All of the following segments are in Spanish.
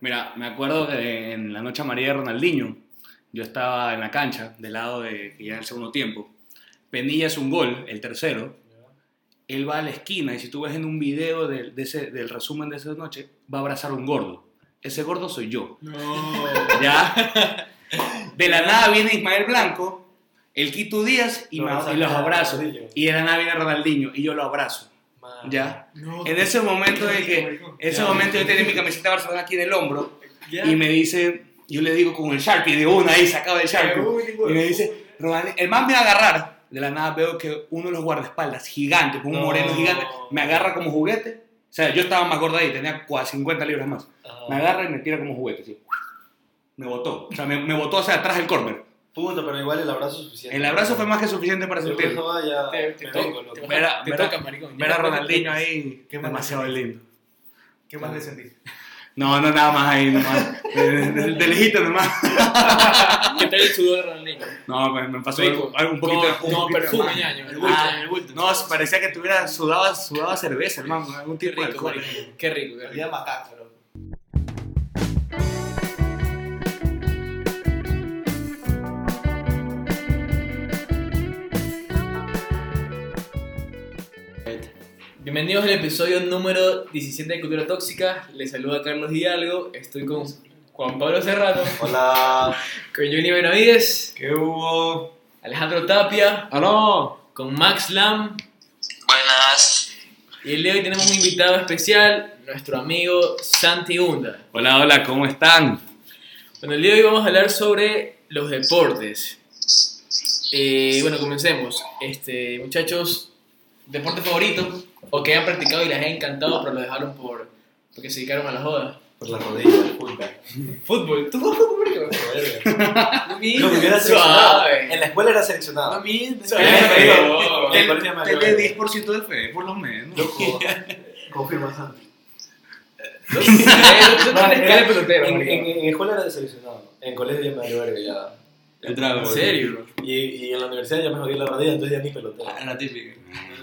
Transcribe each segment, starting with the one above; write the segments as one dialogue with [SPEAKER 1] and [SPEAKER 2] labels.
[SPEAKER 1] Mira, me acuerdo que en la noche amarilla de Ronaldinho, yo estaba en la cancha, del lado de que ya en el segundo tiempo. Penilla es un gol, el tercero. Él va a la esquina y si tú ves en un video del, de ese- del resumen de esa noche, va a abrazar a un gordo. Ese gordo soy yo.
[SPEAKER 2] No.
[SPEAKER 1] ¿Ya? De la nada viene Ismael Blanco, el Quito Díaz y,
[SPEAKER 3] Lo
[SPEAKER 1] me-
[SPEAKER 3] abraza
[SPEAKER 1] y los
[SPEAKER 3] a
[SPEAKER 1] abrazo.
[SPEAKER 3] Ronaldinho.
[SPEAKER 1] Y de la nada viene Ronaldinho y yo lo abrazo.
[SPEAKER 3] Madre.
[SPEAKER 1] ¿Ya?
[SPEAKER 2] No. pues,
[SPEAKER 1] En ese momento de que,
[SPEAKER 2] Marico.
[SPEAKER 1] ese
[SPEAKER 2] Ya.
[SPEAKER 1] momento yo tenía mi camiseta de Barcelona aquí en el hombro
[SPEAKER 2] Ya.
[SPEAKER 1] y me dice, yo le digo con el Sharpie de una ahí, sacaba el Sharpie.
[SPEAKER 2] Uy,
[SPEAKER 1] Y me dice, Ronaldinho, el man me va a agarrar. De la nada veo que uno de los guardaespaldas, gigante, con un
[SPEAKER 3] No.
[SPEAKER 1] moreno gigante, me agarra como juguete. O sea, yo estaba más gorda ahí, tenía cua- 50 libras más.
[SPEAKER 3] Ah.
[SPEAKER 1] Me agarra y me tira como juguete. así. Me botó. O sea, me, me botó hacia atrás del córner.
[SPEAKER 3] Puta, pero igual el abrazo es suficiente.
[SPEAKER 1] El abrazo fue más que suficiente para
[SPEAKER 3] Yo pensaba,
[SPEAKER 1] sentirlo.
[SPEAKER 3] ya
[SPEAKER 2] Te, te
[SPEAKER 3] me
[SPEAKER 2] toca,
[SPEAKER 3] vengo, loco.
[SPEAKER 2] te,
[SPEAKER 1] Ver a-
[SPEAKER 2] te
[SPEAKER 1] ver a-
[SPEAKER 2] toca, maricón.
[SPEAKER 1] Ver a Ronaldinho ahí,
[SPEAKER 4] Qué mal
[SPEAKER 1] demasiado lindo.
[SPEAKER 4] ¿Qué más le sentiste?
[SPEAKER 1] No, no, nada más ahí, nomás. De, de- de lejito nomás.
[SPEAKER 2] ¿Qué tal el sudor de Ronaldinho?
[SPEAKER 1] No, me, me pasó
[SPEAKER 2] Rico.
[SPEAKER 1] algo, algo un poquito.
[SPEAKER 2] Con-
[SPEAKER 1] un
[SPEAKER 2] con
[SPEAKER 1] poquito de
[SPEAKER 2] perfume,
[SPEAKER 1] más.
[SPEAKER 2] ñaño, el bulto,
[SPEAKER 1] Ah,
[SPEAKER 2] el bulto.
[SPEAKER 1] No, parecía que tuviera, sudaba, sudaba cerveza, hermano. Algún
[SPEAKER 2] Qué
[SPEAKER 1] tipo de
[SPEAKER 2] rico,
[SPEAKER 1] alcohol.
[SPEAKER 2] marico. Qué rico, qué rico.
[SPEAKER 4] Había macaco, loco.
[SPEAKER 2] Bienvenidos al episodio número 17 de Cultura Tóxica. Les saluda Carlos Hidalgo. Estoy con Juan Pablo Serrano,
[SPEAKER 3] Hola.
[SPEAKER 2] con Johnny Benavides,
[SPEAKER 3] ¿Qué hubo?
[SPEAKER 2] Alejandro Tapia,
[SPEAKER 3] ¡Aló!
[SPEAKER 2] con Max Lam.
[SPEAKER 5] Buenas.
[SPEAKER 2] Y el día de hoy tenemos un invitado especial, nuestro amigo Santi Hunda.
[SPEAKER 1] Hola, hola, ¿cómo están?
[SPEAKER 2] Bueno, el día de hoy vamos a hablar sobre los deportes. Eh, bueno, comencemos. Este, muchachos, deporte favorito o que hayan practicado y les haya encantado, pero lo dejaron por porque se dedicaron a la joda.
[SPEAKER 3] Por la rodilla, puta.
[SPEAKER 2] Fútbol. ¿Tú juegas fútbol, marico? No
[SPEAKER 3] Lo que era
[SPEAKER 2] mientas.
[SPEAKER 3] seleccionado.
[SPEAKER 2] Suave.
[SPEAKER 3] En la escuela era
[SPEAKER 2] No
[SPEAKER 3] seleccionado.
[SPEAKER 2] mientas.
[SPEAKER 3] Pero es feo.
[SPEAKER 2] No.
[SPEAKER 3] Ten- tenle
[SPEAKER 1] 10% de fe, por lo menos.
[SPEAKER 3] Loco. Confirma, Santi.
[SPEAKER 2] No sé, tú
[SPEAKER 3] No,
[SPEAKER 2] tienes cara de
[SPEAKER 3] era-
[SPEAKER 2] pelotero,
[SPEAKER 3] en,
[SPEAKER 2] marico.
[SPEAKER 3] en, en escuela era seleccionado. En colegio ya me valió verga, ya.
[SPEAKER 2] ¿En serio?
[SPEAKER 3] Y, y en la universidad ya me jodí la rodilla, entonces ya ni peloteo.
[SPEAKER 4] la típica.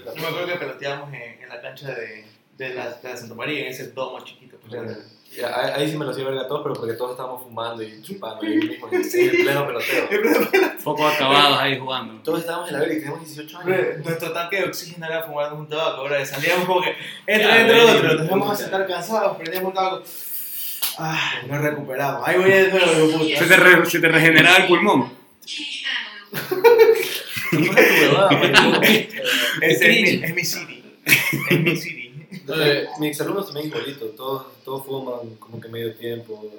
[SPEAKER 4] Yo me acuerdo que peloteábamos en, en la cancha de, de, la, de la Santa María, en ese domo chiquito. pues,
[SPEAKER 3] Claro.
[SPEAKER 4] era-
[SPEAKER 3] Ya, ahí- Ahí sí me lo hacía verga a todos, pero porque todos estábamos fumando y chupando y mismo en en pleno peloteo.
[SPEAKER 1] Poco acabados ahí jugando.
[SPEAKER 3] Todos estábamos en la verga y teníamos 18 años.
[SPEAKER 4] Pero Nuestro tanque de oxígeno era fumarnos un tabaco, ahora salíamos como que
[SPEAKER 2] Ya,
[SPEAKER 4] entra, entra
[SPEAKER 2] bueno,
[SPEAKER 4] otro, nos vamos a sentar cansados, prendíamos un tabaco. Ah, nos recuperamos. Ahí voy de nuevo, hijo de
[SPEAKER 1] Se te,
[SPEAKER 4] puta.
[SPEAKER 1] re- se te regeneraba el pulmón.
[SPEAKER 4] Ese es,
[SPEAKER 2] cringe.
[SPEAKER 4] mi, es mi city. Es mi city.
[SPEAKER 2] Oye.
[SPEAKER 3] Mis exalumnos también igualito, todos, todos fuman como que medio tiempo.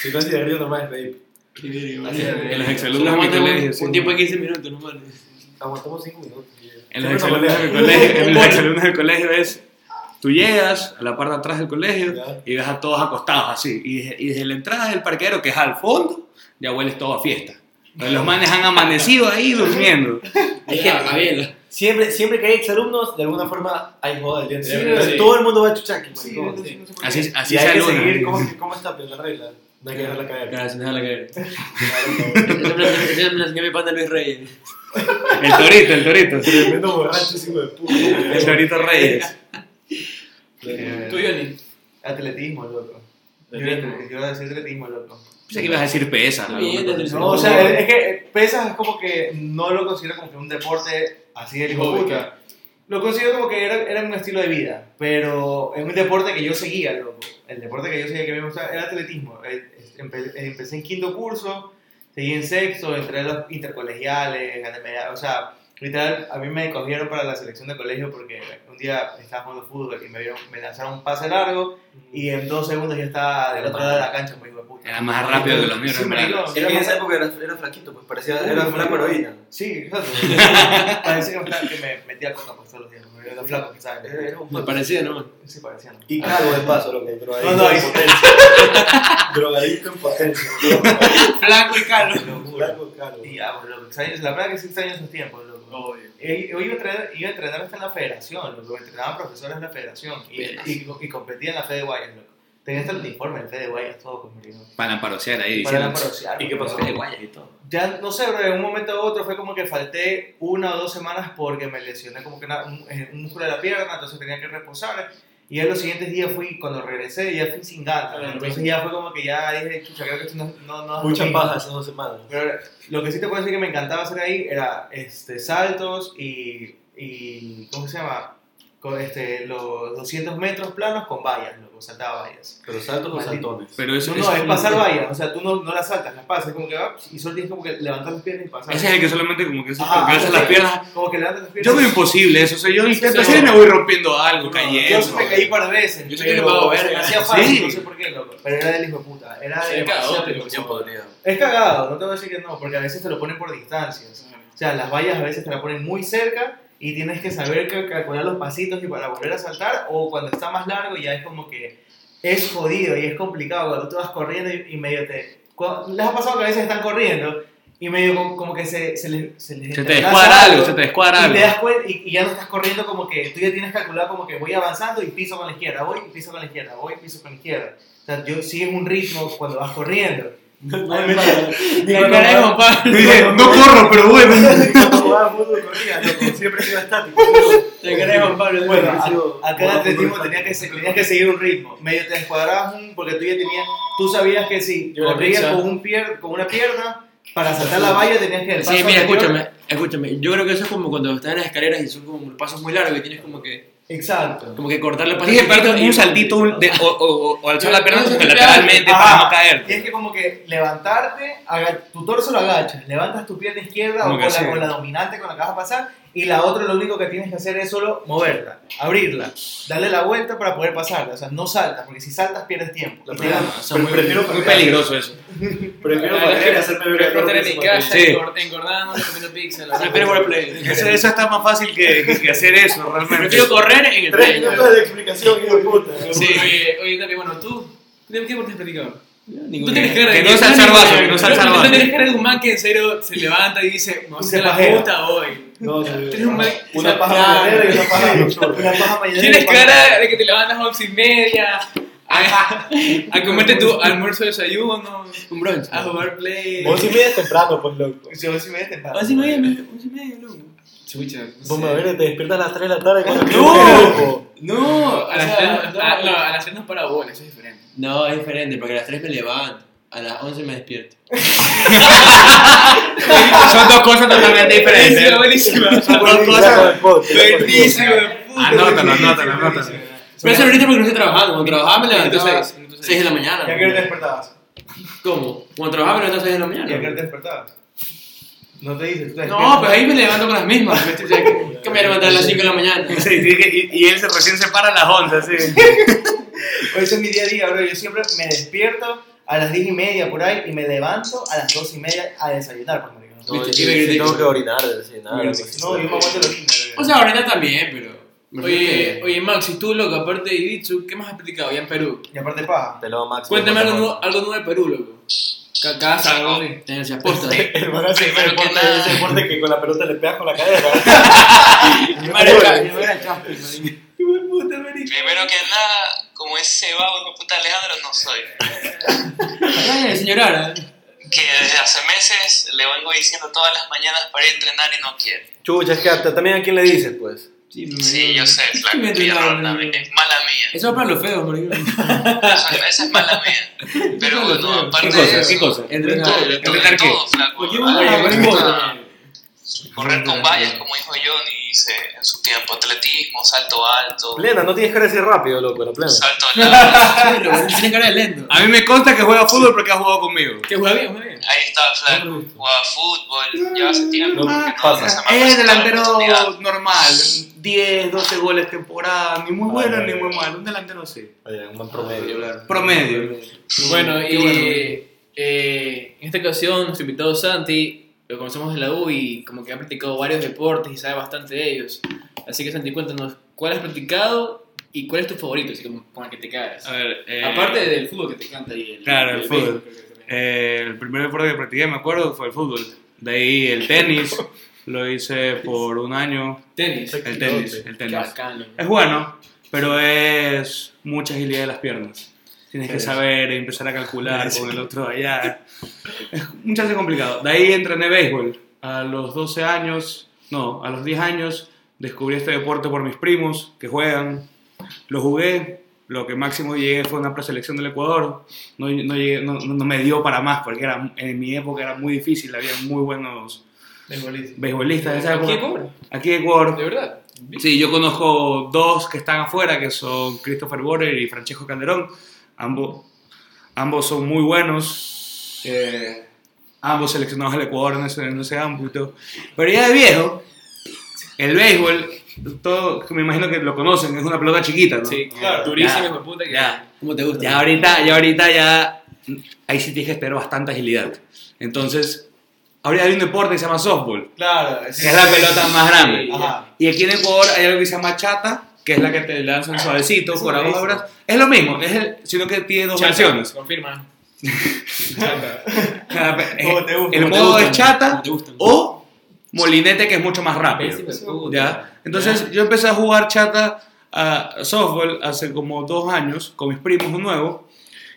[SPEAKER 3] Si no es cigarrillo nomás es vape.
[SPEAKER 4] Así es.
[SPEAKER 1] En los exalumnos de mi colegio.
[SPEAKER 6] Un tiempo de 15 minutos, no mames.
[SPEAKER 3] Aguantamos 5 minutos. y ya.
[SPEAKER 1] En los
[SPEAKER 3] Siempre nos
[SPEAKER 1] exalumnos de mi
[SPEAKER 3] golea.
[SPEAKER 1] colegio, en los exalumnos del colegio es, tú llegas a la parte de atrás del colegio
[SPEAKER 3] Ya.
[SPEAKER 1] y ves a todos acostados así. Y, desde- y desde la entrada del parqueadero, que es al fondo, ya hueles todo a fiesta. Pero Los manes han amanecido ahí durmiendo.
[SPEAKER 6] Es que a ver,
[SPEAKER 3] Siempre, siempre que hay exalumnos, de alguna forma hay joda el día
[SPEAKER 2] Sí,
[SPEAKER 3] anterior.
[SPEAKER 2] sí.
[SPEAKER 3] Todo el mundo va a pues, chuchar aquí, maricón.
[SPEAKER 1] Así, así
[SPEAKER 3] y
[SPEAKER 1] se
[SPEAKER 3] hay que
[SPEAKER 1] alumna.
[SPEAKER 3] seguir, ¿cómo, cómo está pero la regla? No hay que dejarla caer.
[SPEAKER 6] Gracias, déjala caer. Esa me la- esa me la enseñó mi panda Luis Reyes.
[SPEAKER 1] El torito, el torito.
[SPEAKER 3] Tremendo borracho, hijo de puta.
[SPEAKER 1] El torito Reyes.
[SPEAKER 2] Tú, Johnny.
[SPEAKER 4] Atletismo, loco. Yo
[SPEAKER 2] Atletismo.
[SPEAKER 4] yo hacía atletismo, loco.
[SPEAKER 1] Pensé que ibas a decir pesas.
[SPEAKER 6] Está bien,
[SPEAKER 1] algo.
[SPEAKER 6] desde el-
[SPEAKER 4] No, o sea, es que pesas es como que no lo considero como que un deporte así de hijo de puta. Lo considero como que era, era un estilo de vida, pero es un deporte que yo seguía, loco. El deporte que yo seguía que me gustaba era atletismo. Eh, empe- Empecé en quinto curso, seguí en sexto, entré a los intercolegiales, gané medalla- o sea, literal, a mí me cogieron para la selección de colegio porque un día estaba jugando fútbol y me, vieron, me lanzaron un pase largo y en dos segundos ya estaba del otro lado de la cancha, pues hijo de puta.
[SPEAKER 1] Era más rápido que los míos.
[SPEAKER 4] Sí,
[SPEAKER 1] hermano.
[SPEAKER 4] marico,
[SPEAKER 3] Era en
[SPEAKER 4] era-
[SPEAKER 3] esa época era, era flaquito, pues parecía, era una heroína.
[SPEAKER 4] Sí, exacto. Parece que me, que me metía coca pues todos los días. Me veía flaco, quizás.
[SPEAKER 3] Eh, Era- era un
[SPEAKER 6] Me
[SPEAKER 3] palo.
[SPEAKER 6] parecía, ¿no?
[SPEAKER 4] Sí, parecía. ¿no?
[SPEAKER 3] Y calvo de paso, lo que drogadicto
[SPEAKER 4] No, no,
[SPEAKER 3] en
[SPEAKER 4] y-
[SPEAKER 3] potencia. drogadicto en potencia.
[SPEAKER 6] Flaco y caro.
[SPEAKER 3] Calvo, calvo.
[SPEAKER 4] Y ya, pues, loco, extraño- la verdad que sí extraño esos tiempos, loco.
[SPEAKER 6] Obvio.
[SPEAKER 4] Eh, Yo iba a, entrenar, iba a entrenar hasta en la federación, loco. Entrenaban profesores en la federación y, y, y competía en la Fede Guayas, loco. Tenía hasta el
[SPEAKER 3] Mm.
[SPEAKER 4] uniforme en la Fede Guayas, todo conmigo.
[SPEAKER 1] Para parosear ahí.
[SPEAKER 4] Para
[SPEAKER 1] diciendo,
[SPEAKER 4] la parociar,
[SPEAKER 3] ¿Y qué
[SPEAKER 4] loco.
[SPEAKER 3] pasó?
[SPEAKER 6] guayas y todo.
[SPEAKER 4] Ya, no sé, bro, en un momento u otro fue como que falté una o dos semanas porque me lesioné como que una- un, eh, un músculo de la pierna, entonces tenía que reposar. Y ya los siguientes días fui, cuando regresé, ya fui sin ganas.
[SPEAKER 2] Claro,
[SPEAKER 4] Entonces
[SPEAKER 2] pues.
[SPEAKER 4] ya fue como que ya dije, chucha, creo que esto no, no, no es lo
[SPEAKER 3] Muchas
[SPEAKER 4] mío".
[SPEAKER 3] pajas hace dos semanas.
[SPEAKER 4] Pero lo que sí te puedo decir que me encantaba hacer ahí era este, saltos y, y ¿cómo se llama? Con este, los 200 metros planos con vallas, loco, saltaba vallas.
[SPEAKER 3] Pero saltos o
[SPEAKER 4] Maldito.
[SPEAKER 3] saltones.
[SPEAKER 1] Pero eso,
[SPEAKER 4] No, no,
[SPEAKER 1] eso-
[SPEAKER 4] es pasar vallas, o sea, tú no, no las saltas, las pasas, es como que va y solo tienes como que levantar las piernas y pasar.
[SPEAKER 1] Ese es el que solamente como que se
[SPEAKER 4] Ajá,
[SPEAKER 1] alcanza
[SPEAKER 4] sí.
[SPEAKER 1] las piernas.
[SPEAKER 4] Como que levantas las piernas.
[SPEAKER 1] Yo veo imposible eso, o sea, yo intento
[SPEAKER 2] Sí.
[SPEAKER 1] hacer y me voy rompiendo algo,
[SPEAKER 4] No,
[SPEAKER 1] cayendo.
[SPEAKER 4] Yo me caí un par de veces.
[SPEAKER 2] Yo sé que
[SPEAKER 4] pero
[SPEAKER 2] le pago
[SPEAKER 4] se
[SPEAKER 2] verga.
[SPEAKER 4] me hacía fácil,
[SPEAKER 1] Sí.
[SPEAKER 4] no sé por qué, loco. Pero era del hijo de puta, era
[SPEAKER 2] Sí,
[SPEAKER 4] de
[SPEAKER 2] cagado, pero
[SPEAKER 3] Yo podría.
[SPEAKER 4] Es cagado, no te voy a decir que no, porque a veces te lo ponen por distancias. O sea, las vallas a veces te la ponen muy cerca y tienes que saber cal- calcular los pasitos y para volver a saltar o cuando está más largo ya es como que es jodido y es complicado cuando tú vas corriendo y, y medio te... cua- ¿Les ha pasado que a veces están corriendo y medio como, como que se, se les... Se, les
[SPEAKER 1] Se te
[SPEAKER 4] entrelaza
[SPEAKER 1] descuadra algo, se te descuadra
[SPEAKER 4] y te das
[SPEAKER 1] algo.
[SPEAKER 4] cuenta y, y ya no estás corriendo como que tú ya tienes calculado como que voy avanzando y piso con la izquierda, voy y piso con la izquierda, voy y piso con la izquierda. O sea, yo sigues un ritmo cuando vas corriendo.
[SPEAKER 1] La
[SPEAKER 4] Cuando
[SPEAKER 1] cara de
[SPEAKER 4] vas-
[SPEAKER 1] Juan Pablo. Dice, No corro, pero bueno.
[SPEAKER 3] Cuando jugaba fútbol corría, loco, siempre sido estático.
[SPEAKER 4] Bueno,
[SPEAKER 3] Bueno,
[SPEAKER 4] a-
[SPEAKER 3] sigo-
[SPEAKER 4] acá en
[SPEAKER 3] Bueno,
[SPEAKER 4] atletismo
[SPEAKER 3] fútbol
[SPEAKER 4] tenías que, se-
[SPEAKER 3] estático.
[SPEAKER 4] tenías que seguir un ritmo. Medio te descuadrabas un, porque tú ya tenías, tú sabías que si
[SPEAKER 2] Yo la
[SPEAKER 4] corrías
[SPEAKER 2] pizza.
[SPEAKER 4] con, un pier, con una pierna, para saltar la valla tenías que el
[SPEAKER 6] Sí,
[SPEAKER 4] paso
[SPEAKER 6] mira,
[SPEAKER 4] anterior-
[SPEAKER 6] escúchame, escúchame. Yo creo que eso es como cuando estás en las escaleras y son como pasos muy largos y tienes como que,
[SPEAKER 4] Exacto.
[SPEAKER 6] como que cortar los pasos.
[SPEAKER 1] Dije,
[SPEAKER 6] chiquitos
[SPEAKER 1] perdón,
[SPEAKER 6] y-
[SPEAKER 1] un saltito un- de- o, o- o- o alzar la pierna
[SPEAKER 2] Yo- yo- yo-
[SPEAKER 1] lateralmente para
[SPEAKER 4] Ajá.
[SPEAKER 1] no caer.
[SPEAKER 4] Tienes que como que levantarte, aga- tu torso lo agachas, levantas tu pierna izquierda
[SPEAKER 1] Como
[SPEAKER 4] o
[SPEAKER 1] que
[SPEAKER 4] con
[SPEAKER 1] así.
[SPEAKER 4] la, con la dominante con la que vas a pasar y la otra lo único que tienes que hacer es solo moverla, abrirla, darle la vuelta para poder pasarla. O sea, no saltas, porque si saltas pierdes tiempo.
[SPEAKER 3] La
[SPEAKER 4] Y te
[SPEAKER 3] primera-
[SPEAKER 4] ganas.
[SPEAKER 3] pre- prefiero
[SPEAKER 1] Muy
[SPEAKER 3] correr.
[SPEAKER 1] peligroso eso.
[SPEAKER 3] Prefiero
[SPEAKER 2] Ah,
[SPEAKER 3] correr y hacerme ver
[SPEAKER 2] Prefiero estar en mi casa,
[SPEAKER 1] Sí.
[SPEAKER 2] engor- engordando, comiendo pizza. la
[SPEAKER 6] Prefiero
[SPEAKER 2] verdad.
[SPEAKER 6] jugar play.
[SPEAKER 1] Eso, eso está más fácil que, que- que hacer eso, realmente.
[SPEAKER 6] Prefiero correr en el
[SPEAKER 3] Tres
[SPEAKER 6] play.
[SPEAKER 3] minutos de explicación, hijo de puta.
[SPEAKER 2] Sí, oye, oye, también, bueno, tú, ¿tú de qué deporte has practicado? Tú tienes cara de-
[SPEAKER 1] Que no es alzar vaso, que no es
[SPEAKER 2] Tú-
[SPEAKER 1] alzar
[SPEAKER 2] tú
[SPEAKER 1] vaso.
[SPEAKER 2] tienes cara de un man que en serio se levanta y dice, me voy a
[SPEAKER 4] Se
[SPEAKER 2] hacer la
[SPEAKER 4] pajea.
[SPEAKER 2] puta hoy.
[SPEAKER 3] No, sí,
[SPEAKER 2] Tienes un man-
[SPEAKER 3] Una
[SPEAKER 2] se-
[SPEAKER 3] paja
[SPEAKER 2] Ah,
[SPEAKER 3] mañanera y una paja
[SPEAKER 4] Una paja mañanera
[SPEAKER 2] Tienes
[SPEAKER 4] y paja-
[SPEAKER 2] cara de que te levantas a once y media, a, a comerte tu almuerzo desayuno,
[SPEAKER 6] Un pues. bronce.
[SPEAKER 2] a jugar play.
[SPEAKER 3] Vos y media es temprano, pues loco.
[SPEAKER 4] Si vos sí me dejas, para.
[SPEAKER 6] Así me llame, así me llame, loco.
[SPEAKER 2] Chucha, no
[SPEAKER 3] Vos
[SPEAKER 2] sé.
[SPEAKER 3] me ves, te despiertas a las 3 de la tarde cuando
[SPEAKER 6] No.
[SPEAKER 3] loco.
[SPEAKER 2] No, a
[SPEAKER 6] O
[SPEAKER 2] las
[SPEAKER 6] sea,
[SPEAKER 2] tres no- a-
[SPEAKER 6] no.
[SPEAKER 2] no, a las tres no es para bola, eso es diferente.
[SPEAKER 6] No, es diferente, porque a las 3 me levanto, a las 11 me despierto.
[SPEAKER 1] Son dos cosas totalmente diferentes.
[SPEAKER 2] Buenísima, buenísima.
[SPEAKER 1] Dos cosas.
[SPEAKER 2] Buenísima.
[SPEAKER 1] Anótalo, anótalo, anótalo.
[SPEAKER 6] Pero eso es ahorita porque no estoy trabajando. Cuando trabajaba me
[SPEAKER 2] Minuto
[SPEAKER 6] levantaba
[SPEAKER 2] seis, minuto
[SPEAKER 6] 6 de la mañana.
[SPEAKER 4] ¿Y a qué hora te despertabas?
[SPEAKER 6] ¿Cómo? Cuando trabajaba me levantaba 6 de
[SPEAKER 4] ¿Y a
[SPEAKER 6] la
[SPEAKER 4] qué hora te
[SPEAKER 6] mañana.
[SPEAKER 4] despertabas? No te dices, tú te
[SPEAKER 6] No,
[SPEAKER 4] despiertas.
[SPEAKER 6] pues ahí me levanto con las mismas. pues, o sea, que que me voy a levantar a las 5 de la mañana.
[SPEAKER 1] Sí, sí, que- y, y él se recién se para a las 11, sí.
[SPEAKER 4] Oye, Ese es mi día a día, bro. Yo siempre me despierto a las 10 y media por ahí y me levanto a las 2 y media a desayunar, pues, marico.
[SPEAKER 6] No,
[SPEAKER 3] Sí,
[SPEAKER 6] sí, me grité.
[SPEAKER 3] tengo que orinar, sí, nada.
[SPEAKER 4] No,
[SPEAKER 3] pues,
[SPEAKER 4] yo me aguanto los niños.
[SPEAKER 6] O sea, ahorita también, pero. me
[SPEAKER 2] Oye,
[SPEAKER 6] refiero
[SPEAKER 2] oye, Max, y tú, loco, aparte de Ibizu, ¿qué más has practicado ya en Perú?
[SPEAKER 4] y aparte paja.
[SPEAKER 3] pelado Max.
[SPEAKER 2] Cuéntame algo
[SPEAKER 3] Max.
[SPEAKER 2] nuevo, algo nuevo de Perú, loco. Ca- Casa, algo así.
[SPEAKER 6] que Tenerse aposta.
[SPEAKER 3] Hermano, ese
[SPEAKER 5] Primero que
[SPEAKER 3] deporte,
[SPEAKER 5] nada.
[SPEAKER 3] ese deporte que con la pelota le pegas con la cadera.
[SPEAKER 5] Primero que nada, como es cebado hijo de puta Alejandro, no soy.
[SPEAKER 6] Ay, señor Ara.
[SPEAKER 5] Que desde hace meses le vengo diciendo todas las mañanas para ir a entrenar y no quiere.
[SPEAKER 3] Chucha, es que hasta también a quién le dices, pues.
[SPEAKER 6] Sí, me-
[SPEAKER 5] Sí, yo sé, flaco,
[SPEAKER 6] me
[SPEAKER 5] mi error
[SPEAKER 6] entrenaron,
[SPEAKER 5] también.
[SPEAKER 6] amigo.
[SPEAKER 5] Es mala mía.
[SPEAKER 6] Eso es para los feos, marico.
[SPEAKER 5] Eso- Esa es mala mía. Pero
[SPEAKER 6] Claro,
[SPEAKER 5] bueno,
[SPEAKER 6] claro.
[SPEAKER 5] aparte
[SPEAKER 1] ¿Qué
[SPEAKER 5] de
[SPEAKER 1] cosa?
[SPEAKER 5] eso,
[SPEAKER 1] ¿Qué cosa?
[SPEAKER 6] Entrenar.
[SPEAKER 5] todo, todo,
[SPEAKER 1] ¿Entrenar qué?
[SPEAKER 5] todo, flaco.
[SPEAKER 6] Oye,
[SPEAKER 5] Ah,
[SPEAKER 6] bueno,
[SPEAKER 5] me
[SPEAKER 6] bueno,
[SPEAKER 5] gusta
[SPEAKER 6] bueno.
[SPEAKER 5] Correr con vallas, como dijo Johnny dice en su tiempo, atletismo, salto alto,
[SPEAKER 3] Plena, no tienes que decir rápido, loco, la plena.
[SPEAKER 5] salto al lado.
[SPEAKER 6] Pero, bueno, Tienes cara de lento.
[SPEAKER 1] A mí me consta que juega fútbol porque ha jugado conmigo.
[SPEAKER 2] Que juega bien, juega bien.
[SPEAKER 5] Ahí estaba Flaco, jugaba fútbol, ya hace tiempo que no
[SPEAKER 3] pasa.
[SPEAKER 5] se me ha
[SPEAKER 1] Es
[SPEAKER 5] presentado la oportunidad.
[SPEAKER 1] delantero normal, 10, 12 goles temporada, ni muy bueno ni muy malo, un delantero sí.
[SPEAKER 3] Oye, un buen promedio.
[SPEAKER 1] Promedio.
[SPEAKER 2] Bueno, y
[SPEAKER 6] bueno.
[SPEAKER 2] eh, en esta ocasión nuestro invitado Santi, lo conocemos de la U y como que ha practicado varios deportes y sabe bastante de ellos. Así que Santi, cuéntanos, ¿cuál has practicado y cuál es tu favorito, así como con el que te cagas?
[SPEAKER 1] ver, eh,
[SPEAKER 2] Aparte del fútbol que te encanta y el,
[SPEAKER 1] claro,
[SPEAKER 2] y
[SPEAKER 1] el fútbol.
[SPEAKER 2] béisbol, creo que también.
[SPEAKER 1] eh, el primer deporte que practiqué, me acuerdo, fue el fútbol. De ahí el tenis, lo hice por un año.
[SPEAKER 2] Tenis.
[SPEAKER 1] El tenis, el
[SPEAKER 2] Qué
[SPEAKER 1] tenis.
[SPEAKER 2] bacán, loco.
[SPEAKER 1] Es bueno, pero es mucha agilidad de las piernas. Tienes que
[SPEAKER 3] Sí.
[SPEAKER 1] saber empezar a calcular con el otro allá. Es un chance complicado. De ahí entrené béisbol. A los 12 años, no, a los 10 años descubrí este deporte por mis primos que juegan. Lo jugué, lo que máximo llegué fue una preselección del Ecuador. No, no llegué- no- no- no me dio para más, porque era, en mi época era muy difícil, había muy buenos
[SPEAKER 2] Beisbolista.
[SPEAKER 1] beisbolistas en esa
[SPEAKER 2] Aquí
[SPEAKER 1] época.
[SPEAKER 2] en Ecuador,
[SPEAKER 1] Aquí en Ecuador.
[SPEAKER 2] de verdad.
[SPEAKER 1] Sí, yo conozco dos que están afuera, que son Christopher Borer y Francesco Calderón. Ambos, ambos son muy buenos. eh, ambos seleccionados del Ecuador en ese, en ese ámbito. Pero ya de viejo, el béisbol, todo, me imagino que lo conocen, es una pelota chiquita, ¿no?
[SPEAKER 2] Sí,
[SPEAKER 4] Claro,
[SPEAKER 2] durísimo,
[SPEAKER 1] ya.
[SPEAKER 2] hijo de puta. que-
[SPEAKER 1] Ya,
[SPEAKER 6] ¿Cómo te gusta?
[SPEAKER 1] ya ahorita, ya ahorita, ya ahí sí tienes que tener bastante agilidad. Entonces, ahorita hay un deporte que se llama softball,
[SPEAKER 4] Claro,
[SPEAKER 1] que es la pelota más grande.
[SPEAKER 4] Ajá.
[SPEAKER 1] Y aquí en Ecuador hay algo que se llama chata, que es la que te lanzan suavecito por abajo. ¿verdad? Es lo mismo, es el, sino que tiene dos
[SPEAKER 2] Chata,
[SPEAKER 1] versiones.
[SPEAKER 2] Confirma.
[SPEAKER 1] Cada pe-
[SPEAKER 4] Como te gusta,
[SPEAKER 1] el
[SPEAKER 6] como te
[SPEAKER 1] modo
[SPEAKER 6] gusta,
[SPEAKER 1] es chata
[SPEAKER 6] como te gusta.
[SPEAKER 1] o molinete, que es mucho más rápido.
[SPEAKER 2] Ves, hijo de puta.
[SPEAKER 1] ¿ya? Entonces yo empecé a jugar chata a softball hace como dos años con mis primos nuevos.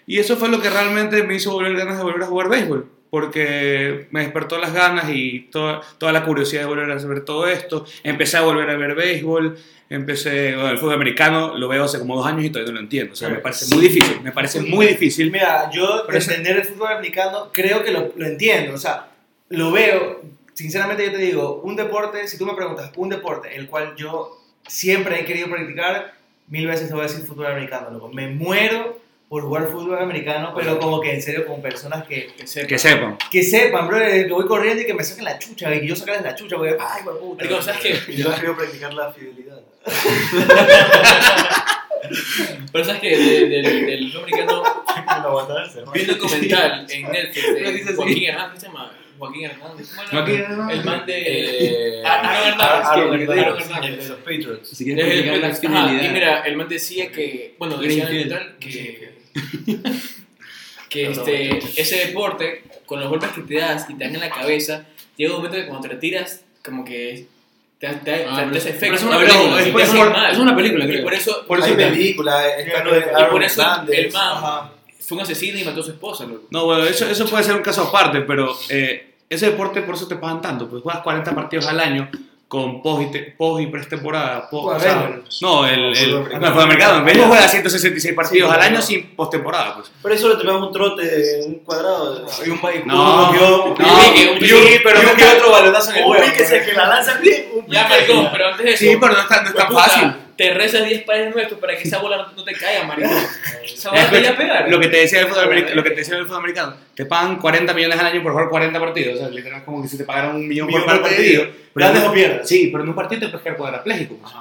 [SPEAKER 1] Y eso fue lo que realmente me hizo volver ganas de volver a jugar béisbol. Porque me despertó las ganas y toda, toda la curiosidad de volver a saber todo esto. Empecé a volver a ver béisbol. Empecé, bueno, el fútbol americano lo veo hace como dos años y todavía no lo entiendo. O sea, me parece muy difícil. Me parece muy difícil.
[SPEAKER 4] Mira, yo
[SPEAKER 1] Pero
[SPEAKER 4] para
[SPEAKER 1] eso-
[SPEAKER 4] entender el fútbol americano creo que lo, lo entiendo, o sea, lo veo, sinceramente yo te digo, un deporte, si tú me preguntas, un deporte el cual yo siempre he querido practicar, mil veces te voy a decir fútbol americano, loco. me muero por jugar fútbol americano, pero como que en serio con personas que,
[SPEAKER 2] Que sepa.
[SPEAKER 1] Que sepan.
[SPEAKER 4] que sepan, bro, que voy corriendo y que me saquen la chucha, y que yo sacarles la chucha, güey, ay, por puta.
[SPEAKER 2] Marico, ¿sabes qué?
[SPEAKER 3] Y yo quiero practicar la fidelidad.
[SPEAKER 2] Pero ¿sabes qué? De- del- del fútbol americano
[SPEAKER 3] Para aguantarse. ¿no?
[SPEAKER 2] vi un documental en
[SPEAKER 6] Lo dice
[SPEAKER 2] Netflix de
[SPEAKER 6] así.
[SPEAKER 2] Joaquín Hernández. ¿Qué se llama? Joaquín Hernández. ¿Cómo era?
[SPEAKER 1] Joaquín
[SPEAKER 2] El man de...
[SPEAKER 6] Eh,
[SPEAKER 2] Aaron Hernández.
[SPEAKER 3] Aaron
[SPEAKER 2] que-
[SPEAKER 3] Hernández.
[SPEAKER 2] Aaron Hernández.
[SPEAKER 3] ah, El de los Patriots.
[SPEAKER 6] Si
[SPEAKER 2] Ajá,
[SPEAKER 6] quieres practicar la
[SPEAKER 2] y
[SPEAKER 6] fidelidad.
[SPEAKER 2] mira, el man decía que, bueno,
[SPEAKER 6] Eres
[SPEAKER 2] decía en el
[SPEAKER 6] infiel.
[SPEAKER 2] total que, que este, ese deporte, con los golpes que te das y te dan en la cabeza, llega un momento que cuando te retiras, como que te, te, te- te
[SPEAKER 6] Ah,
[SPEAKER 2] hace
[SPEAKER 6] pero es-
[SPEAKER 2] efecto.
[SPEAKER 6] pero es una
[SPEAKER 2] Te hace
[SPEAKER 6] película,
[SPEAKER 2] mal,
[SPEAKER 6] es
[SPEAKER 2] te hace
[SPEAKER 6] por-
[SPEAKER 2] mal.
[SPEAKER 6] es una película,
[SPEAKER 2] Y
[SPEAKER 6] creo.
[SPEAKER 2] por eso,
[SPEAKER 3] Por
[SPEAKER 4] eso
[SPEAKER 3] eso
[SPEAKER 4] te-
[SPEAKER 3] película, está lo de
[SPEAKER 4] Y
[SPEAKER 2] y por
[SPEAKER 3] Aaron
[SPEAKER 2] eso el
[SPEAKER 3] Hernández.
[SPEAKER 2] man
[SPEAKER 4] Ajá.
[SPEAKER 2] fue un asesino y mató a su esposa, loco.
[SPEAKER 1] No, bueno, eso, eso puede ser un caso aparte, pero eh, ese deporte por eso te pagan tanto, pues juegas 40 partidos al año con pos y, te- pos y postemporada. po-
[SPEAKER 4] Joder,
[SPEAKER 1] o sea,
[SPEAKER 4] bueno.
[SPEAKER 1] no, el, el, no,
[SPEAKER 3] Fútbol
[SPEAKER 1] el
[SPEAKER 3] americano.
[SPEAKER 1] fútbol americano. En béisbol juegas 166 partidos al año sin postemporada, pues.
[SPEAKER 3] Por eso le tocaba un trote, un cuadrado.
[SPEAKER 4] Y un baile.
[SPEAKER 1] No,
[SPEAKER 4] yo,
[SPEAKER 1] no,
[SPEAKER 2] un pique,
[SPEAKER 4] pero
[SPEAKER 1] un
[SPEAKER 4] un
[SPEAKER 1] pique.
[SPEAKER 4] que otro balonazo en el huevo.
[SPEAKER 3] que la lanza bien. un
[SPEAKER 2] Ya,
[SPEAKER 3] pique.
[SPEAKER 2] maricón, pero antes de eso...
[SPEAKER 1] Sí, pero no es tan, no es tan
[SPEAKER 2] puta,
[SPEAKER 1] fácil.
[SPEAKER 2] Te rezas 10 padres nuestros para que esa bola no- no te caiga, maricón. Esa bola
[SPEAKER 1] Es
[SPEAKER 2] te
[SPEAKER 1] que-
[SPEAKER 2] iba a pegar.
[SPEAKER 1] Lo que te decía el fútbol americano, lo que te decía el fútbol americano, te pagan 40 millones al año por jugar 40 partidos, o sea, literal es como que si te pagaran un millón,
[SPEAKER 4] Millón
[SPEAKER 1] por cada
[SPEAKER 4] por
[SPEAKER 1] partido.
[SPEAKER 4] partido.
[SPEAKER 1] Pero
[SPEAKER 4] Ganes
[SPEAKER 1] en un-
[SPEAKER 4] o pierdes.
[SPEAKER 1] Sí, pero en un partido te puedes quedar cuadrapléjico. pues.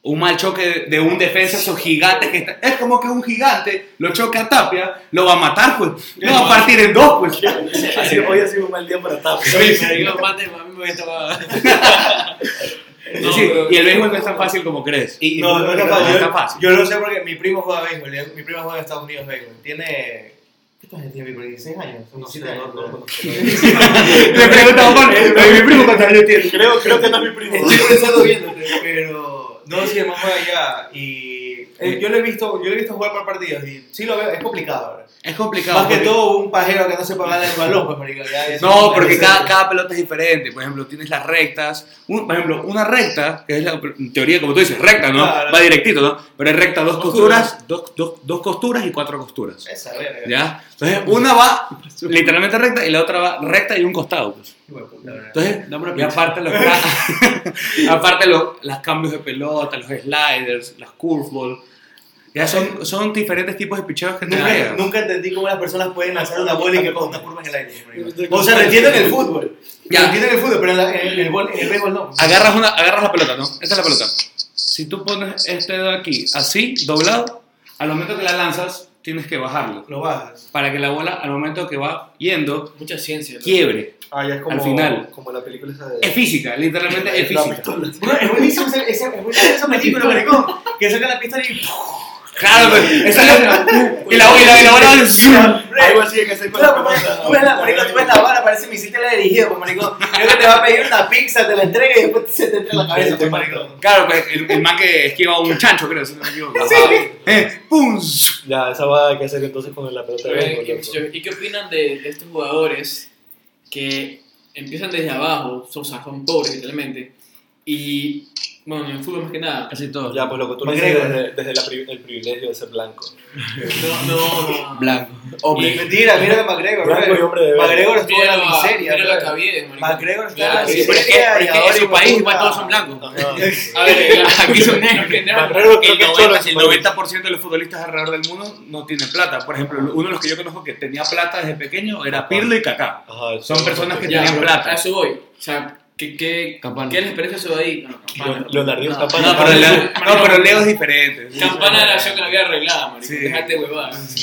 [SPEAKER 1] Un mal choque de, de un defensa, esos gigantes que está- es como que un gigante lo choca a Tapia, lo va a matar, pues. Lo va a partir en dos, pues.
[SPEAKER 3] Así- hoy ha sido un mal día para Tapia.
[SPEAKER 6] Oye, pero yo los mates, a mí me estaba.
[SPEAKER 1] Es decir, y el béisbol no es tan fácil como crees. Y, y
[SPEAKER 4] No, no es capaz.
[SPEAKER 1] no es tan
[SPEAKER 4] Yo,
[SPEAKER 1] fácil.
[SPEAKER 4] yo lo sé porque mi primo juega béisbol. y Mi primo juega en Estados Unidos béisbol. Tiene. ¿Qué años tiene mi primo? ¿16 años? Son
[SPEAKER 3] No, sí,
[SPEAKER 4] 17
[SPEAKER 3] no,
[SPEAKER 4] años.
[SPEAKER 3] no,
[SPEAKER 4] ¿verdad?
[SPEAKER 3] no.
[SPEAKER 1] Le preguntaba mi primo cuántos años tiene.
[SPEAKER 3] Creo, creo que no es mi primo.
[SPEAKER 4] Estoy pensando viéndote, pero. No, sí, más juega allá. Y. eh, yo, lo he visto, yo lo he visto jugar por partidos y sí lo veo. Es complicado, ¿verdad?
[SPEAKER 1] Es complicado.
[SPEAKER 4] Más que
[SPEAKER 1] porque-
[SPEAKER 4] todo un pajero que no sepa ganar el balón, pues, marico. ya eso
[SPEAKER 1] No,
[SPEAKER 4] es-
[SPEAKER 1] porque
[SPEAKER 4] eso
[SPEAKER 1] cada,
[SPEAKER 4] es-
[SPEAKER 1] cada pelota es diferente. Por ejemplo, tienes las rectas. Un- por ejemplo, una recta, que es la en teoría, como tú dices, recta, ¿no?
[SPEAKER 4] Claro.
[SPEAKER 1] Va directito, ¿no? Pero es recta dos
[SPEAKER 2] Costuras.
[SPEAKER 1] costuras, dos, dos- dos costuras y cuatro costuras.
[SPEAKER 4] Esa, verga.
[SPEAKER 1] ¿Ya? Entonces, una va literalmente recta y la otra va recta y un costado. pues.
[SPEAKER 4] Hijo de puta, ¿verdad?
[SPEAKER 1] Entonces, y aparte, los, ca- aparte los, los cambios de pelota, los sliders, las curveball. Ya son, son diferentes tipos de picheos que te
[SPEAKER 4] Nunca,
[SPEAKER 1] juegan.
[SPEAKER 4] nunca entendí cómo las personas pueden lanzar una bola y que ponga unas curvas en el aire. marico. O sea, lo entienden el fútbol.
[SPEAKER 1] Ya.
[SPEAKER 4] Lo entienden el fútbol, pero en, la- en el, bol- en el béisbol no.
[SPEAKER 1] agarras, una, agarras la pelota, ¿no? Esta es la pelota. Si tú pones este dedo aquí, así, doblado, al momento que la lanzas, tienes que bajarlo.
[SPEAKER 4] Lo bajas.
[SPEAKER 1] Para que la bola, al momento que va yendo,
[SPEAKER 2] Mucha ciencia. loco.
[SPEAKER 1] quiebre.
[SPEAKER 3] Ah, ya es como,
[SPEAKER 1] Al final.
[SPEAKER 3] como la película esa de.
[SPEAKER 1] Es física, literalmente es
[SPEAKER 3] La
[SPEAKER 1] física.
[SPEAKER 3] pistola.
[SPEAKER 4] Bro, es buenísimo esa, esa, es buenísima esa película, maricón. Que saca la pistola y.
[SPEAKER 1] Claro, pues, esa es la... Y la, y la, y la bola... va-
[SPEAKER 3] Algo así hay que hacer con la
[SPEAKER 4] Claro, pues,
[SPEAKER 3] pelota.
[SPEAKER 4] tú ves la, marico, tú ves la vara, parece misil la dirigido, pues, marico. Creo que te va a pedir una pizza, te la entrega y después se te entra en la cabeza, pues, marico.
[SPEAKER 1] Claro, pues el, el man que esquiva un chancho, creo, si no me equivoco.
[SPEAKER 4] Sí.
[SPEAKER 1] Eh, ¡Pum!
[SPEAKER 3] Ya, esa va a que hacer entonces con la pelota de
[SPEAKER 2] Oye,
[SPEAKER 3] béisbol,
[SPEAKER 2] ¿qué-
[SPEAKER 3] loco.
[SPEAKER 2] Eh, ¿Y qué opinan de, de estos jugadores que empiezan desde abajo, son, o sea, son pobres literalmente, y Bueno, en fútbol más que nada.
[SPEAKER 6] Casi todo.
[SPEAKER 3] Ya, pues lo que tú dices
[SPEAKER 4] McGregor.
[SPEAKER 3] desde, desde la pri- el privilegio de ser blanco.
[SPEAKER 2] No, no, no.
[SPEAKER 6] Blanco.
[SPEAKER 4] Y
[SPEAKER 6] Hombre.
[SPEAKER 4] mentira, mira a McGregor.
[SPEAKER 3] Blanco
[SPEAKER 4] brother.
[SPEAKER 3] y hombre de verde.
[SPEAKER 4] McGregor estuvo en
[SPEAKER 2] Mira
[SPEAKER 4] la miseria.
[SPEAKER 2] mira la
[SPEAKER 4] brother.
[SPEAKER 2] cabida, marico.
[SPEAKER 4] McGregor estuvo en
[SPEAKER 2] Claro
[SPEAKER 4] la
[SPEAKER 2] que sí,
[SPEAKER 4] miseria.
[SPEAKER 2] pero es que-
[SPEAKER 6] pero es que
[SPEAKER 4] y ahora
[SPEAKER 6] en su país
[SPEAKER 4] puta,
[SPEAKER 6] igual todos son blancos.
[SPEAKER 3] Ajá.
[SPEAKER 2] A ver, aquí son negros.
[SPEAKER 3] Marrero creo
[SPEAKER 1] El
[SPEAKER 3] que es cholo,
[SPEAKER 1] 90, el
[SPEAKER 3] su país.
[SPEAKER 1] 90% de los futbolistas alrededor del mundo no tienen plata. Por ejemplo, uno de los que yo conozco que tenía plata desde pequeño era Pirlo y Kaká.
[SPEAKER 3] Ajá, el
[SPEAKER 1] Son
[SPEAKER 3] cholo.
[SPEAKER 1] personas que
[SPEAKER 2] Ya,
[SPEAKER 1] tenían
[SPEAKER 2] pero a
[SPEAKER 1] plata.
[SPEAKER 2] eso voy. O sea, ¿qué, qué,
[SPEAKER 6] Campana.
[SPEAKER 2] ¿qué les parece eso de ahí? No, no, Campana.
[SPEAKER 3] Leonardo Escapado.
[SPEAKER 1] No, pero Leo, no, pero Leo es diferente.
[SPEAKER 2] Campana nació con la vida arreglada, marico.
[SPEAKER 1] Sí.
[SPEAKER 2] Dejate huevadas.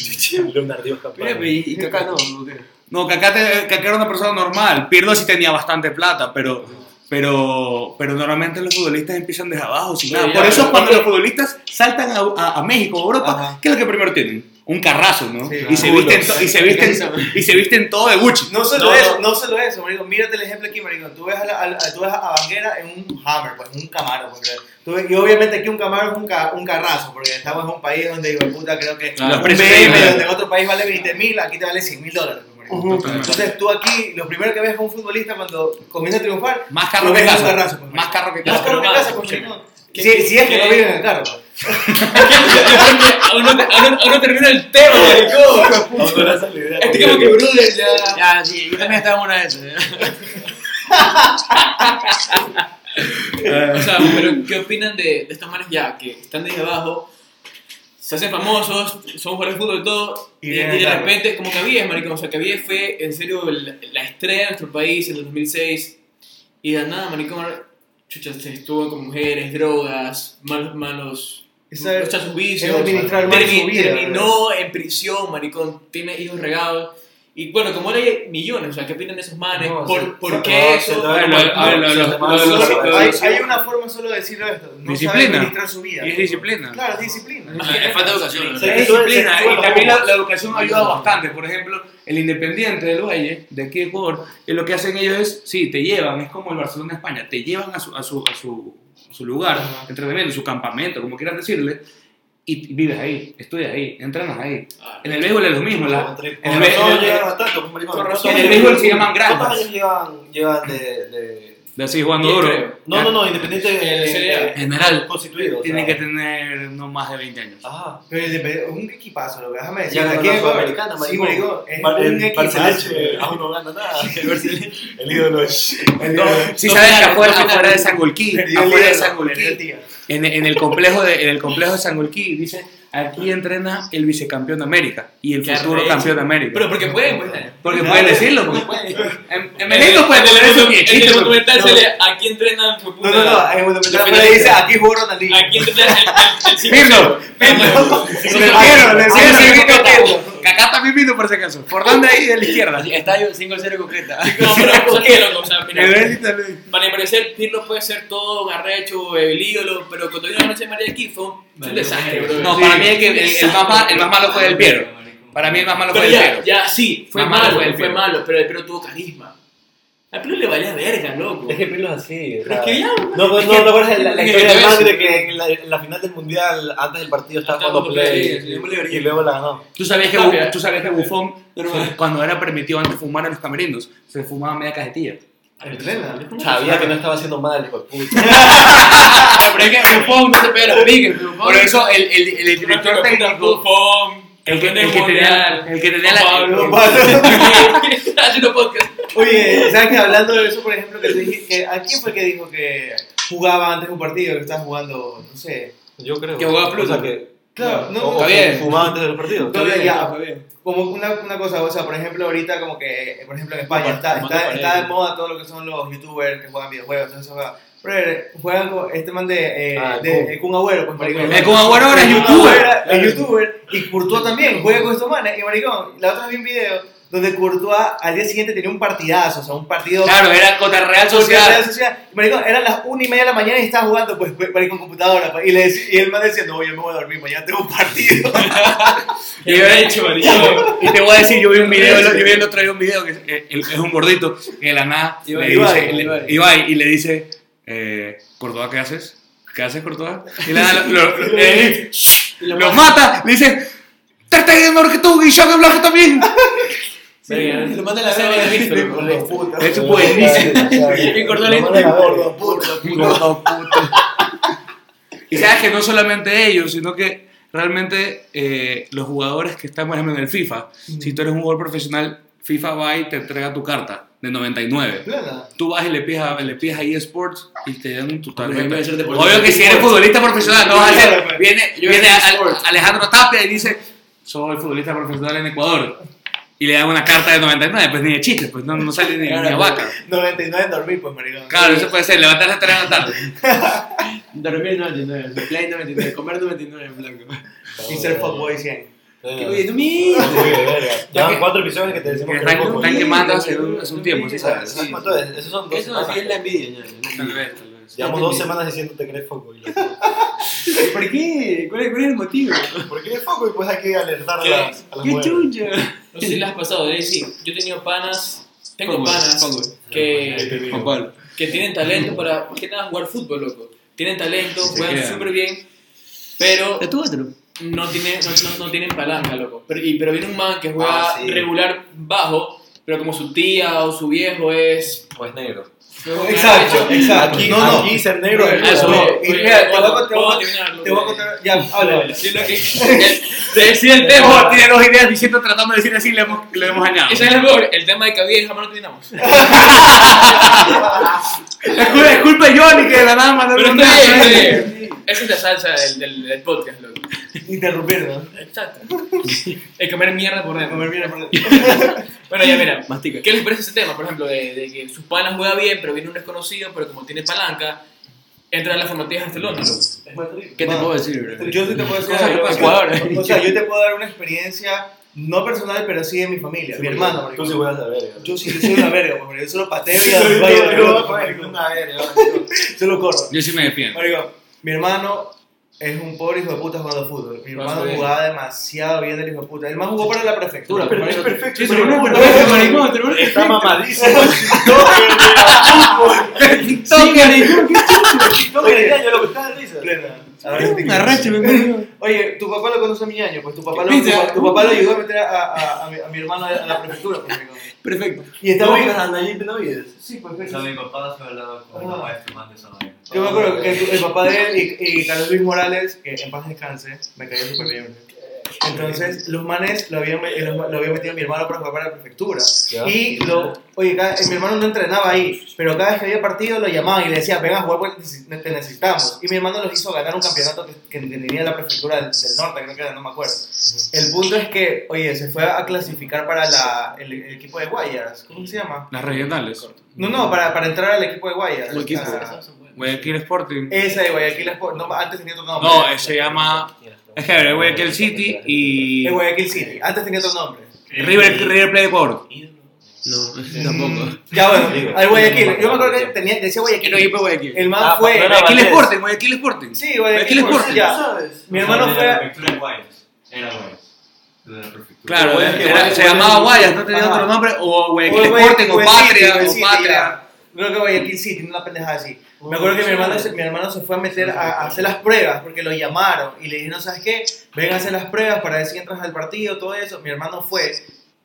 [SPEAKER 3] Leonardo Escapado.
[SPEAKER 1] pues,
[SPEAKER 6] Mira, y, y Kaká no, ¿o qué?
[SPEAKER 1] No, Kaká, te- Kaká era una persona normal. Pirlo sí tenía bastante plata, pero, pero, pero normalmente los futbolistas empiezan desde abajo, sin
[SPEAKER 2] Sí,
[SPEAKER 1] nada.
[SPEAKER 2] ya,
[SPEAKER 1] Por eso es
[SPEAKER 2] pero-
[SPEAKER 1] cuando los futbolistas saltan a, a- a México o Europa,
[SPEAKER 4] Ajá.
[SPEAKER 1] ¿qué es lo que primero tienen? Un carrazo, ¿no?
[SPEAKER 4] Sí,
[SPEAKER 1] y,
[SPEAKER 4] claro.
[SPEAKER 1] se visten to- y, se visten, y se visten todo de Gucci.
[SPEAKER 4] No solo
[SPEAKER 2] No,
[SPEAKER 4] eso, no. solo eso, marico. Mírate el ejemplo aquí, marico. Tú ves a, la- a la- tú ves a Banguera en un Hammer, pues, en un Camaro. pues, brother. Tú ves- y obviamente aquí un Camaro es un, ca- un carrazo, porque estamos en un país donde, digo, puta, creo que
[SPEAKER 1] Claro,
[SPEAKER 4] un
[SPEAKER 1] los precios
[SPEAKER 4] BMW
[SPEAKER 1] varían.
[SPEAKER 4] donde en otro país vale 20 mil, aquí te vale 100 mil dólares. pues, marico.
[SPEAKER 1] Totalmente.
[SPEAKER 4] Entonces tú aquí, lo primero que ves es un futbolista cuando comienza a triunfar,
[SPEAKER 1] Más carro
[SPEAKER 4] Ah. lo
[SPEAKER 1] que
[SPEAKER 4] ves en
[SPEAKER 1] casa.
[SPEAKER 4] un carrazo.
[SPEAKER 1] Más
[SPEAKER 4] pues, marico.
[SPEAKER 1] carro que
[SPEAKER 4] Más
[SPEAKER 1] casa.
[SPEAKER 4] carro que
[SPEAKER 2] pero
[SPEAKER 4] casa,
[SPEAKER 2] va,
[SPEAKER 4] pues,
[SPEAKER 2] ¿qué?
[SPEAKER 4] marico.
[SPEAKER 2] ¿Qué-
[SPEAKER 4] Si si es que
[SPEAKER 2] qué-
[SPEAKER 4] no viven en el carro. pues.
[SPEAKER 2] Aún no- aún no- aún no termina el tema, marico.
[SPEAKER 3] No, no era esa la idea.
[SPEAKER 2] Este como que brutal ya.
[SPEAKER 6] Ya, sí, yo también estaba en una de esas. ¿eh?
[SPEAKER 2] O sea, pero ¿qué opinan de, de estos manes ya que están desde abajo? Se hacen famosos, son jugadores de fútbol y todo,
[SPEAKER 4] Y
[SPEAKER 2] y,
[SPEAKER 4] vienen
[SPEAKER 2] y de
[SPEAKER 4] acá, ¿no?
[SPEAKER 2] repente, como Caviedes, maricón, o sea, Caviedes fue en serio la, la estrella de nuestro país en el 2006, y de nada, maricón, ahora, chucha, se estuvo con mujeres, drogas, malos, malos,
[SPEAKER 4] Esa-
[SPEAKER 2] o sea, sus
[SPEAKER 4] es
[SPEAKER 2] vicios,
[SPEAKER 4] administrar mal
[SPEAKER 2] termi-
[SPEAKER 4] su vida,
[SPEAKER 2] terminó en prisión, maricón, tiene hijos regados, y bueno, como él hay millones, o sea, ¿qué opinan de esos manes?
[SPEAKER 4] No,
[SPEAKER 2] ¿Por,
[SPEAKER 4] se-
[SPEAKER 2] ¿por
[SPEAKER 4] se-
[SPEAKER 2] qué
[SPEAKER 3] no,
[SPEAKER 2] eso?
[SPEAKER 3] se- no,
[SPEAKER 1] Bueno, a ver, lo- lo- lo- lo-
[SPEAKER 4] Solo-
[SPEAKER 1] lo- lo-
[SPEAKER 4] hay,
[SPEAKER 1] lo-
[SPEAKER 4] hay una forma solo de decirlo esto. No
[SPEAKER 1] Disciplina.
[SPEAKER 4] Sabe administrar su vida.
[SPEAKER 1] Y es disciplina.
[SPEAKER 4] Claro, es disciplina.
[SPEAKER 6] Ah, Es falta de educación. la
[SPEAKER 1] Sí,
[SPEAKER 6] verdad.
[SPEAKER 1] es disciplina ¿eh?
[SPEAKER 3] Sí, sí,
[SPEAKER 1] y también
[SPEAKER 3] sí.
[SPEAKER 1] la, la educación ha ayudado bastante. Por ejemplo, el Independiente del Valle, de aquí de Ecuador, eh, lo que hacen ellos es, sí, te llevan, es como el Barcelona de España, te llevan a su, a su, a su, a su lugar, de entrenamiento, su campamento, como quieras decirle, y vives ahí, estudias ahí, entrenas ahí.
[SPEAKER 2] Ah,
[SPEAKER 1] En el béisbol es lo mismo. la-
[SPEAKER 3] Con
[SPEAKER 1] en el
[SPEAKER 3] razón
[SPEAKER 1] béisbol,
[SPEAKER 3] llegaron a tanto, pues, maricón.
[SPEAKER 1] Con
[SPEAKER 3] ¿Cuántos
[SPEAKER 1] razón. En el
[SPEAKER 3] años-
[SPEAKER 1] béisbol se llaman granjas.
[SPEAKER 3] ¿Cuántos años llevan, llevan de, de-
[SPEAKER 1] de así jugando
[SPEAKER 2] Yo
[SPEAKER 1] duro.
[SPEAKER 2] creo.
[SPEAKER 3] este, No, no, no, independiente
[SPEAKER 2] En Serie A.
[SPEAKER 6] En general.
[SPEAKER 3] constituido. o
[SPEAKER 1] Tienen que
[SPEAKER 3] sea. ah,
[SPEAKER 1] tener no más de 20 años.
[SPEAKER 3] Ajá.
[SPEAKER 4] Pero el Independiente- un equipazo, lo que déjame decir.
[SPEAKER 6] Ya ganó
[SPEAKER 4] aquí
[SPEAKER 6] la
[SPEAKER 4] en Ecuador,
[SPEAKER 6] Sudamericana,
[SPEAKER 4] Sí,
[SPEAKER 6] maricón.
[SPEAKER 4] marico, es
[SPEAKER 3] Bar-
[SPEAKER 4] un
[SPEAKER 3] el
[SPEAKER 4] equipazo.
[SPEAKER 3] Barcelona Ah, aún no gana nada. El Barcelona- El ídolo es.
[SPEAKER 4] El-
[SPEAKER 1] Si
[SPEAKER 6] no
[SPEAKER 1] sabes que afuera,
[SPEAKER 6] penales, no penales.
[SPEAKER 1] afuera de Sangolquí,
[SPEAKER 4] perdió el
[SPEAKER 1] afuera de
[SPEAKER 4] día, perdió el
[SPEAKER 1] Sangolquí,
[SPEAKER 4] día.
[SPEAKER 1] en, en el complejo de, en el complejo de Sangolquí, dice, aquí entrena el vicecampeón de América y el
[SPEAKER 2] Qué
[SPEAKER 1] futuro
[SPEAKER 2] arrecho.
[SPEAKER 1] campeón de América.
[SPEAKER 2] Pero porque pueden, pues.
[SPEAKER 1] porque pueden decirlo, pues. En, en Melito puede
[SPEAKER 2] En el-
[SPEAKER 1] tener eso ni
[SPEAKER 2] en
[SPEAKER 1] existe,
[SPEAKER 2] el
[SPEAKER 1] pues.
[SPEAKER 2] documental
[SPEAKER 1] No.
[SPEAKER 2] se le- aquí entrenan fue
[SPEAKER 4] No,
[SPEAKER 2] puta,
[SPEAKER 4] no, no. En Fundamental
[SPEAKER 2] Defensa.
[SPEAKER 4] le dice, aquí jugó Ronaldinho.
[SPEAKER 2] Aquí entrenan el, el, el cinco-
[SPEAKER 1] Pirlo, Pirlo.
[SPEAKER 2] Sí,
[SPEAKER 1] Le
[SPEAKER 2] sí,
[SPEAKER 1] dieron,
[SPEAKER 4] sí,
[SPEAKER 1] le
[SPEAKER 4] sí,
[SPEAKER 1] dieron
[SPEAKER 4] sí,
[SPEAKER 1] el grito
[SPEAKER 4] sí,
[SPEAKER 1] Pirlo. Kaká también vino por ese caso. Por dónde ahí de la izquierda.
[SPEAKER 6] Así, Estadio 5-0 concreta.
[SPEAKER 2] No, pero o sea, qué loco, o sea, mira,
[SPEAKER 1] En Melito le-
[SPEAKER 2] Para mi parecer, Pirlo puede ser todo un arrecho, el ídolo, pero cuando vino la noche de María Aquí fue un- fue un desastre, bro.
[SPEAKER 1] No, para mí el, que- el- el más, ma- el más malo fue el Piero. Para mí el más malo fue
[SPEAKER 2] Pero
[SPEAKER 1] el Piero.
[SPEAKER 2] ya, ya, sí, fue
[SPEAKER 1] Más malo
[SPEAKER 2] malo,
[SPEAKER 1] fue el
[SPEAKER 2] fue
[SPEAKER 1] Pirlo.
[SPEAKER 2] malo, pero el Pirlo tuvo carisma. Al Pirlo le valía verga, loco.
[SPEAKER 3] Es que Pirlo es así. o
[SPEAKER 2] Pero
[SPEAKER 3] sea,
[SPEAKER 2] es que ya,
[SPEAKER 3] No, pues, no, no, no, la, la
[SPEAKER 6] que
[SPEAKER 3] historia
[SPEAKER 6] te
[SPEAKER 3] del
[SPEAKER 6] ves.
[SPEAKER 3] man de que en la, en la final del mundial, antes del partido, estaba
[SPEAKER 2] Estaba
[SPEAKER 3] jugando
[SPEAKER 2] jugando
[SPEAKER 3] play.
[SPEAKER 2] play, sí, muy
[SPEAKER 3] Y
[SPEAKER 2] liberal.
[SPEAKER 3] luego la ganó.
[SPEAKER 1] ¿Tú sabías que,
[SPEAKER 2] No, mira.
[SPEAKER 1] Bu- ¿tú sabías que Buffon, cuando era permitido antes fumar en los camerinos, se fumaba media cajetilla?
[SPEAKER 3] Sabía que no estaba haciendo mal, hijo de puta.
[SPEAKER 1] Ah,
[SPEAKER 6] Pero es que Buffon no se pega los piques.
[SPEAKER 1] Por eso el, el, el director técnico...
[SPEAKER 2] Buffon,
[SPEAKER 1] El que,
[SPEAKER 2] campeón del
[SPEAKER 1] el que tenía,
[SPEAKER 2] mundial.
[SPEAKER 1] el que tenía la...
[SPEAKER 2] Pablo. haciendo podcast.
[SPEAKER 4] Oye, ¿sabes que hablando de eso, por ejemplo, que tú dijiste, que- ¿a quién fue que dijo que jugaba antes un partido, que estaba jugando, no sé?
[SPEAKER 3] Yo creo.
[SPEAKER 1] Que jugaba Pluto.
[SPEAKER 3] O sea que.
[SPEAKER 4] Claro, no,
[SPEAKER 3] o-
[SPEAKER 4] no.
[SPEAKER 3] o
[SPEAKER 6] Está bien.
[SPEAKER 3] Fumaba antes del partido.
[SPEAKER 4] Está bien, ya.
[SPEAKER 6] bien.
[SPEAKER 4] como una, una cosa, o sea, por ejemplo, ahorita como que, por ejemplo, en España
[SPEAKER 6] Como-
[SPEAKER 4] está,
[SPEAKER 6] como
[SPEAKER 4] está,
[SPEAKER 6] pareja.
[SPEAKER 4] está de moda todo lo que son los youtubers que juegan videojuegos, todo eso, ¿verdad? pero juegan con este man de, eh,
[SPEAKER 3] Ah, el
[SPEAKER 4] de
[SPEAKER 3] Kun.
[SPEAKER 4] el Kun Agüero, pues maricón.
[SPEAKER 1] El Kun Agüero ahora es
[SPEAKER 4] El Kun
[SPEAKER 1] youtuber.
[SPEAKER 4] Agüero era- Es youtuber, y Courtois también, juega con estos manes, y maricón, la otra vez vi un video donde Courtois al día siguiente tenía un partidazo, o sea, un partido...
[SPEAKER 1] Claro, era contra Real
[SPEAKER 4] porque era la
[SPEAKER 1] Social.
[SPEAKER 4] sociedad. Y, Maricón, eran las una y media de la mañana y estaba jugando pues, pues, maricón, computadora. pues, Y, le decía- y el man decía, no, yo me voy a dormir, mañana tengo un partido.
[SPEAKER 1] Y, yo- y te voy a decir, yo vi un video, yo vi el otro día un video que es, eh, el- es un gordito que de la nada le
[SPEAKER 6] Ibai,
[SPEAKER 1] dice,
[SPEAKER 6] Ibai,
[SPEAKER 1] le-
[SPEAKER 6] Ibai.
[SPEAKER 1] Ibai, y le dice, eh, Córdoba, ¿qué haces? ¿Qué haces, Córdoba? Y la, lo, lo- eh, lo mata, le dice, te está yendo mejor que tú y yo que blanco también.
[SPEAKER 2] Verga.
[SPEAKER 6] Lo manda a la verga.
[SPEAKER 4] puta.
[SPEAKER 1] Eso es buenísimo.
[SPEAKER 6] Y cortó la
[SPEAKER 3] Lo manda a la verga.
[SPEAKER 6] Gordo puto.
[SPEAKER 1] Y sabes que no solamente ellos, sino que realmente eh, los jugadores que están, por ejemplo, en el FIFA, si tú eres un jugador profesional, FIFA va y te entrega tu carta de 99.
[SPEAKER 4] Nada.
[SPEAKER 1] Tú vas y le pides a, le pides a eSports y te dan tu
[SPEAKER 6] Porque en vez
[SPEAKER 1] tarjeta.
[SPEAKER 6] de ser deportista-
[SPEAKER 1] Obvio que si eres futbolista profesional, no vas a hacer. Viene,
[SPEAKER 2] Yo
[SPEAKER 1] viene
[SPEAKER 2] soy
[SPEAKER 1] Al-
[SPEAKER 2] eSports.
[SPEAKER 1] Alejandro Tapia y dice: Soy futbolista profesional en Ecuador. Y le dan una carta de 99, pues ni de chiste, pues no, no sale ni, ni a vaca.
[SPEAKER 4] 99 en dormir, pues, maricón.
[SPEAKER 1] Claro, eso puede ser, levantarse a 3 de la tarde.
[SPEAKER 6] Dormir 99, play 99, comer 99 en blanco.
[SPEAKER 4] Y ser fuckboy 100.
[SPEAKER 6] Oye, no mientas.
[SPEAKER 3] Ya van cuatro episodios que te decimos
[SPEAKER 1] Que
[SPEAKER 3] que
[SPEAKER 1] están,
[SPEAKER 3] no, pues.
[SPEAKER 1] están quemando hace, un- hace un tiempo, ¿sí sabes?
[SPEAKER 3] ¿Sabes cuánto es? Esos son dos
[SPEAKER 6] Eso
[SPEAKER 3] semanas.
[SPEAKER 6] así es la envidia, ñaño, la envidia.
[SPEAKER 3] Llevamos dos semanas diciéndote que eres fuckboy.
[SPEAKER 6] ¿Por qué? ¿Cuál es, cuál es el motivo?
[SPEAKER 3] ¿Por qué eres fuckboy? Pues hay que alertar a
[SPEAKER 2] ¿Qué?
[SPEAKER 3] las, a las
[SPEAKER 6] ¡Qué
[SPEAKER 3] mujeres.
[SPEAKER 6] chucha!
[SPEAKER 2] No sé si las has pasado, es decir, yo he tenido panas, tengo
[SPEAKER 6] Pongo,
[SPEAKER 2] panas
[SPEAKER 6] pongo.
[SPEAKER 3] Ahí
[SPEAKER 2] que,
[SPEAKER 3] te digo.
[SPEAKER 6] ¿Con cuál?
[SPEAKER 2] que tienen talento para, más que nada, jugar fútbol, loco. Tienen talento, juegan
[SPEAKER 1] quedan.
[SPEAKER 2] súper bien, pero
[SPEAKER 6] ¿De tu otro?
[SPEAKER 2] no tienen, no, no- no tienen palanca, loco. Pero, y, pero viene un man que juega
[SPEAKER 3] Ah, sí.
[SPEAKER 2] regular bajo, pero como su tía o su viejo es...
[SPEAKER 3] O es negro.
[SPEAKER 4] Exacto, exacto.
[SPEAKER 3] Aquí,
[SPEAKER 4] no, no.
[SPEAKER 3] aquí ser negro
[SPEAKER 4] Pero,
[SPEAKER 3] es
[SPEAKER 1] eso
[SPEAKER 4] oye,
[SPEAKER 2] no.
[SPEAKER 4] y mira, te voy a
[SPEAKER 2] Puedo-
[SPEAKER 4] contar- te voy
[SPEAKER 2] puedo
[SPEAKER 4] a-
[SPEAKER 2] terminarlo,
[SPEAKER 4] te voy a
[SPEAKER 2] güey.
[SPEAKER 4] contar. Ya, habla, habla.
[SPEAKER 2] Sí, es lo que- Te decía el tema.
[SPEAKER 1] Temo tiene dos ideas diciendo, tratando de decir así, le hemos, le hemos añadido.
[SPEAKER 2] Ese es el peor, el tema de Cavieja, jamás lo terminamos.
[SPEAKER 4] Ah,
[SPEAKER 1] Disculpe, disculpe Johnny, que de la nada mandó
[SPEAKER 2] Pero
[SPEAKER 1] un
[SPEAKER 2] está bien, está bien. Esa es la salsa del, del, del podcast, loco.
[SPEAKER 4] Interrumpirnos.
[SPEAKER 2] Exacto. El comer mierda por dentro.
[SPEAKER 4] Comer bien, por-
[SPEAKER 2] Bueno, ya mira.
[SPEAKER 6] Mastica.
[SPEAKER 2] ¿Qué les parece ese tema? Por ejemplo, de, de que sus panas juega bien, pero viene un desconocido, pero como tiene palanca, entra a las formativas de Barcelona, loco.
[SPEAKER 6] ¿Qué te
[SPEAKER 4] Va.
[SPEAKER 6] puedo decir, bro?
[SPEAKER 4] Yo sí te puedo decir
[SPEAKER 6] Cosas que
[SPEAKER 4] algo.
[SPEAKER 6] pasan.
[SPEAKER 4] O sea, yo te puedo dar una experiencia no personal, pero sí de mi familia, mi hermana. marico.
[SPEAKER 3] Tú sí juegas a verga.
[SPEAKER 4] Yo sí, yo soy una verga, porque yo solo pateo y
[SPEAKER 3] Yo-
[SPEAKER 4] vaya,
[SPEAKER 3] yo- yo-
[SPEAKER 4] yo-
[SPEAKER 3] marico, una verga.
[SPEAKER 4] solo corro.
[SPEAKER 1] Yo sí me defiendo.
[SPEAKER 4] Marico, mi hermano es un pobre hijo de puta jugando fútbol. Mi hermano
[SPEAKER 2] Bastante.
[SPEAKER 4] jugaba demasiado bien el hijo de puta. El más jugó para la prefectura.
[SPEAKER 6] Pero
[SPEAKER 4] marico.
[SPEAKER 6] es
[SPEAKER 3] perfecto.
[SPEAKER 6] Sí, pero no,
[SPEAKER 4] Pero-
[SPEAKER 6] pero no, maricón, pero no.
[SPEAKER 3] Está mamadísimo.
[SPEAKER 6] Sí, maricón, qué
[SPEAKER 4] No,
[SPEAKER 3] Oye,
[SPEAKER 4] mira,
[SPEAKER 3] ya, yo lo que estás de risa.
[SPEAKER 4] plena. A ver,
[SPEAKER 6] chucha.
[SPEAKER 4] te-
[SPEAKER 6] Una racha, me imagino.
[SPEAKER 4] Oye, tu papá lo conoce a mi año, pues tu papá lo, tu,
[SPEAKER 6] ¿Viste?
[SPEAKER 4] pa- tu papá lo ayudó a meter a, a- a mi, a mi hermano a la prefectura. pues, marico.
[SPEAKER 6] Perfecto.
[SPEAKER 4] y
[SPEAKER 3] ¿Tú
[SPEAKER 4] estaba
[SPEAKER 3] ubicas a Nayib Benavides?
[SPEAKER 4] Sí, pues, pero-
[SPEAKER 7] O sea, mi papá fue al lado con
[SPEAKER 4] Ah.
[SPEAKER 7] la maestra más de esa vaina.
[SPEAKER 4] Yo me acuerdo que el, el papá de él y, y Carlos Luis Morales, que en paz descanse, me caía súper bien. Entonces, los manes lo habían, me- lo, lo habían metido a mi hermano para jugar para la prefectura.
[SPEAKER 3] Ya.
[SPEAKER 4] Y lo, oye, cada- mi hermano no entrenaba ahí, pero cada vez que había partido lo llamaban y le decían, ven a jugar porque te te necesitamos. Y mi hermano los hizo ganar un campeonato que, que tenía la prefectura del, del norte, creo que era, no me acuerdo. El punto es que, oye, se fue a clasificar para la- el, el equipo de Guayas. ¿Cómo se llama?
[SPEAKER 1] Las regionales.
[SPEAKER 4] No, no, para, para entrar al equipo de Guayas.
[SPEAKER 6] El equipo.
[SPEAKER 4] Ah,
[SPEAKER 1] Guayaquil Sporting.
[SPEAKER 4] esa de Guayaquil Sport. Eh, No, antes tenía otro nombre.
[SPEAKER 1] No, eh, se llama... Es que a ver, es Guayaquil City y...
[SPEAKER 4] De Guayaquil City. Antes tenía otro nombre.
[SPEAKER 1] River, River Plate Ecuador.
[SPEAKER 6] No, tampoco.
[SPEAKER 4] Mm, Ya bueno, al Guayaquil. Yo me acuerdo que tenía, decía
[SPEAKER 6] Quiero
[SPEAKER 4] Guayaquil.
[SPEAKER 6] equipo Guayaquil.
[SPEAKER 4] El man fue.
[SPEAKER 3] pero
[SPEAKER 1] Guayaquil
[SPEAKER 3] Valdés.
[SPEAKER 1] Sporting, Guayaquil Sporting.
[SPEAKER 4] Sí, Guayaquil
[SPEAKER 1] Guayaquil
[SPEAKER 4] Sport.
[SPEAKER 1] Sporting.
[SPEAKER 4] Ya. Mi hermano
[SPEAKER 7] De la
[SPEAKER 4] fue.
[SPEAKER 7] prefectura de Guayas. Era Guayas. De la prefectura.
[SPEAKER 1] Claro,
[SPEAKER 3] Guayaquil,
[SPEAKER 1] era-
[SPEAKER 3] Guayaquil,
[SPEAKER 1] se
[SPEAKER 3] Guayaquil.
[SPEAKER 1] llamaba Guayas, no tenía
[SPEAKER 4] Ajá.
[SPEAKER 1] otro nombre. O
[SPEAKER 4] fue
[SPEAKER 1] Guayaquil Sporting, o
[SPEAKER 4] Guayaquil City,
[SPEAKER 1] Patria,
[SPEAKER 4] Guayaquil
[SPEAKER 1] o
[SPEAKER 4] City,
[SPEAKER 1] Patria.
[SPEAKER 4] ya. Creo que Guayaquil City, pues no la pendeja así. Me acuerdo que mi hermano, se, mi hermano se fue a meter a, a hacer las pruebas porque lo llamaron y le dijeron, ¿sabes qué? Ven a hacer las pruebas para ver si entras al partido, todo eso. Mi hermano fue.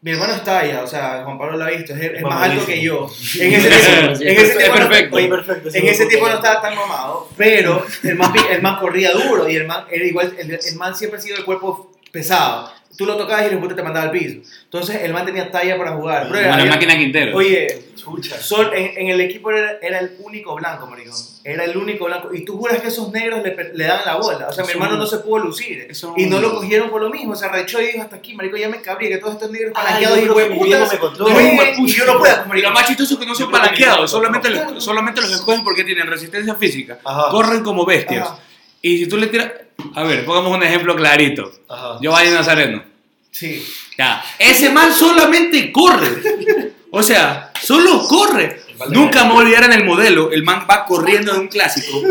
[SPEAKER 4] Mi hermano está allá, o sea, Juan Pablo lo ha visto, es, es más alto que yo. En ese tiempo, en ese tiempo no-
[SPEAKER 1] perfecto.
[SPEAKER 4] oye,
[SPEAKER 3] perfecto.
[SPEAKER 4] En ese tiempo no estaba tan mamado, pero el man, pi- el man corría duro y el man era igual, el, el man siempre ha sido el cuerpo pesado. Tú lo tocabas y el puto te mandaba al piso. Entonces el man tenía talla para jugar. Pero
[SPEAKER 1] Como la
[SPEAKER 4] había-
[SPEAKER 1] máquina Quintero.
[SPEAKER 4] oye,
[SPEAKER 3] Chucha.
[SPEAKER 4] Sol, en, en el equipo era, era el único blanco, maricón. Era el único blanco. Y tú juras que esos negros le, pe- le dan la bola. O sea, mi
[SPEAKER 1] Eso-
[SPEAKER 4] hermano no se pudo lucir.
[SPEAKER 1] eso-
[SPEAKER 4] Y no lo cogieron por lo mismo. Se arrechó y dijo, hasta aquí, marico, ya me cabría que todos estos negros
[SPEAKER 3] Ay,
[SPEAKER 4] palanqueados
[SPEAKER 3] yo
[SPEAKER 4] y
[SPEAKER 3] creo que mi viejo
[SPEAKER 4] hueputas.
[SPEAKER 3] me contó.
[SPEAKER 4] jueguen Y yo no puedo, pues,
[SPEAKER 1] Y
[SPEAKER 4] maricón.
[SPEAKER 1] lo más chistoso es que no son palanqueados, solamente los, solamente los escogen porque tienen resistencia física,
[SPEAKER 3] Ajá.
[SPEAKER 1] corren como bestias.
[SPEAKER 4] Ajá.
[SPEAKER 1] Y si tú le tiras. A ver, pongamos un ejemplo clarito.
[SPEAKER 3] Ajá.
[SPEAKER 1] Yo Giovanni Nazareno.
[SPEAKER 4] Sí.
[SPEAKER 1] Ya. Ese man solamente corre. O sea, solo corre. Nunca me olvidarán el modelo. El man va corriendo de un clásico.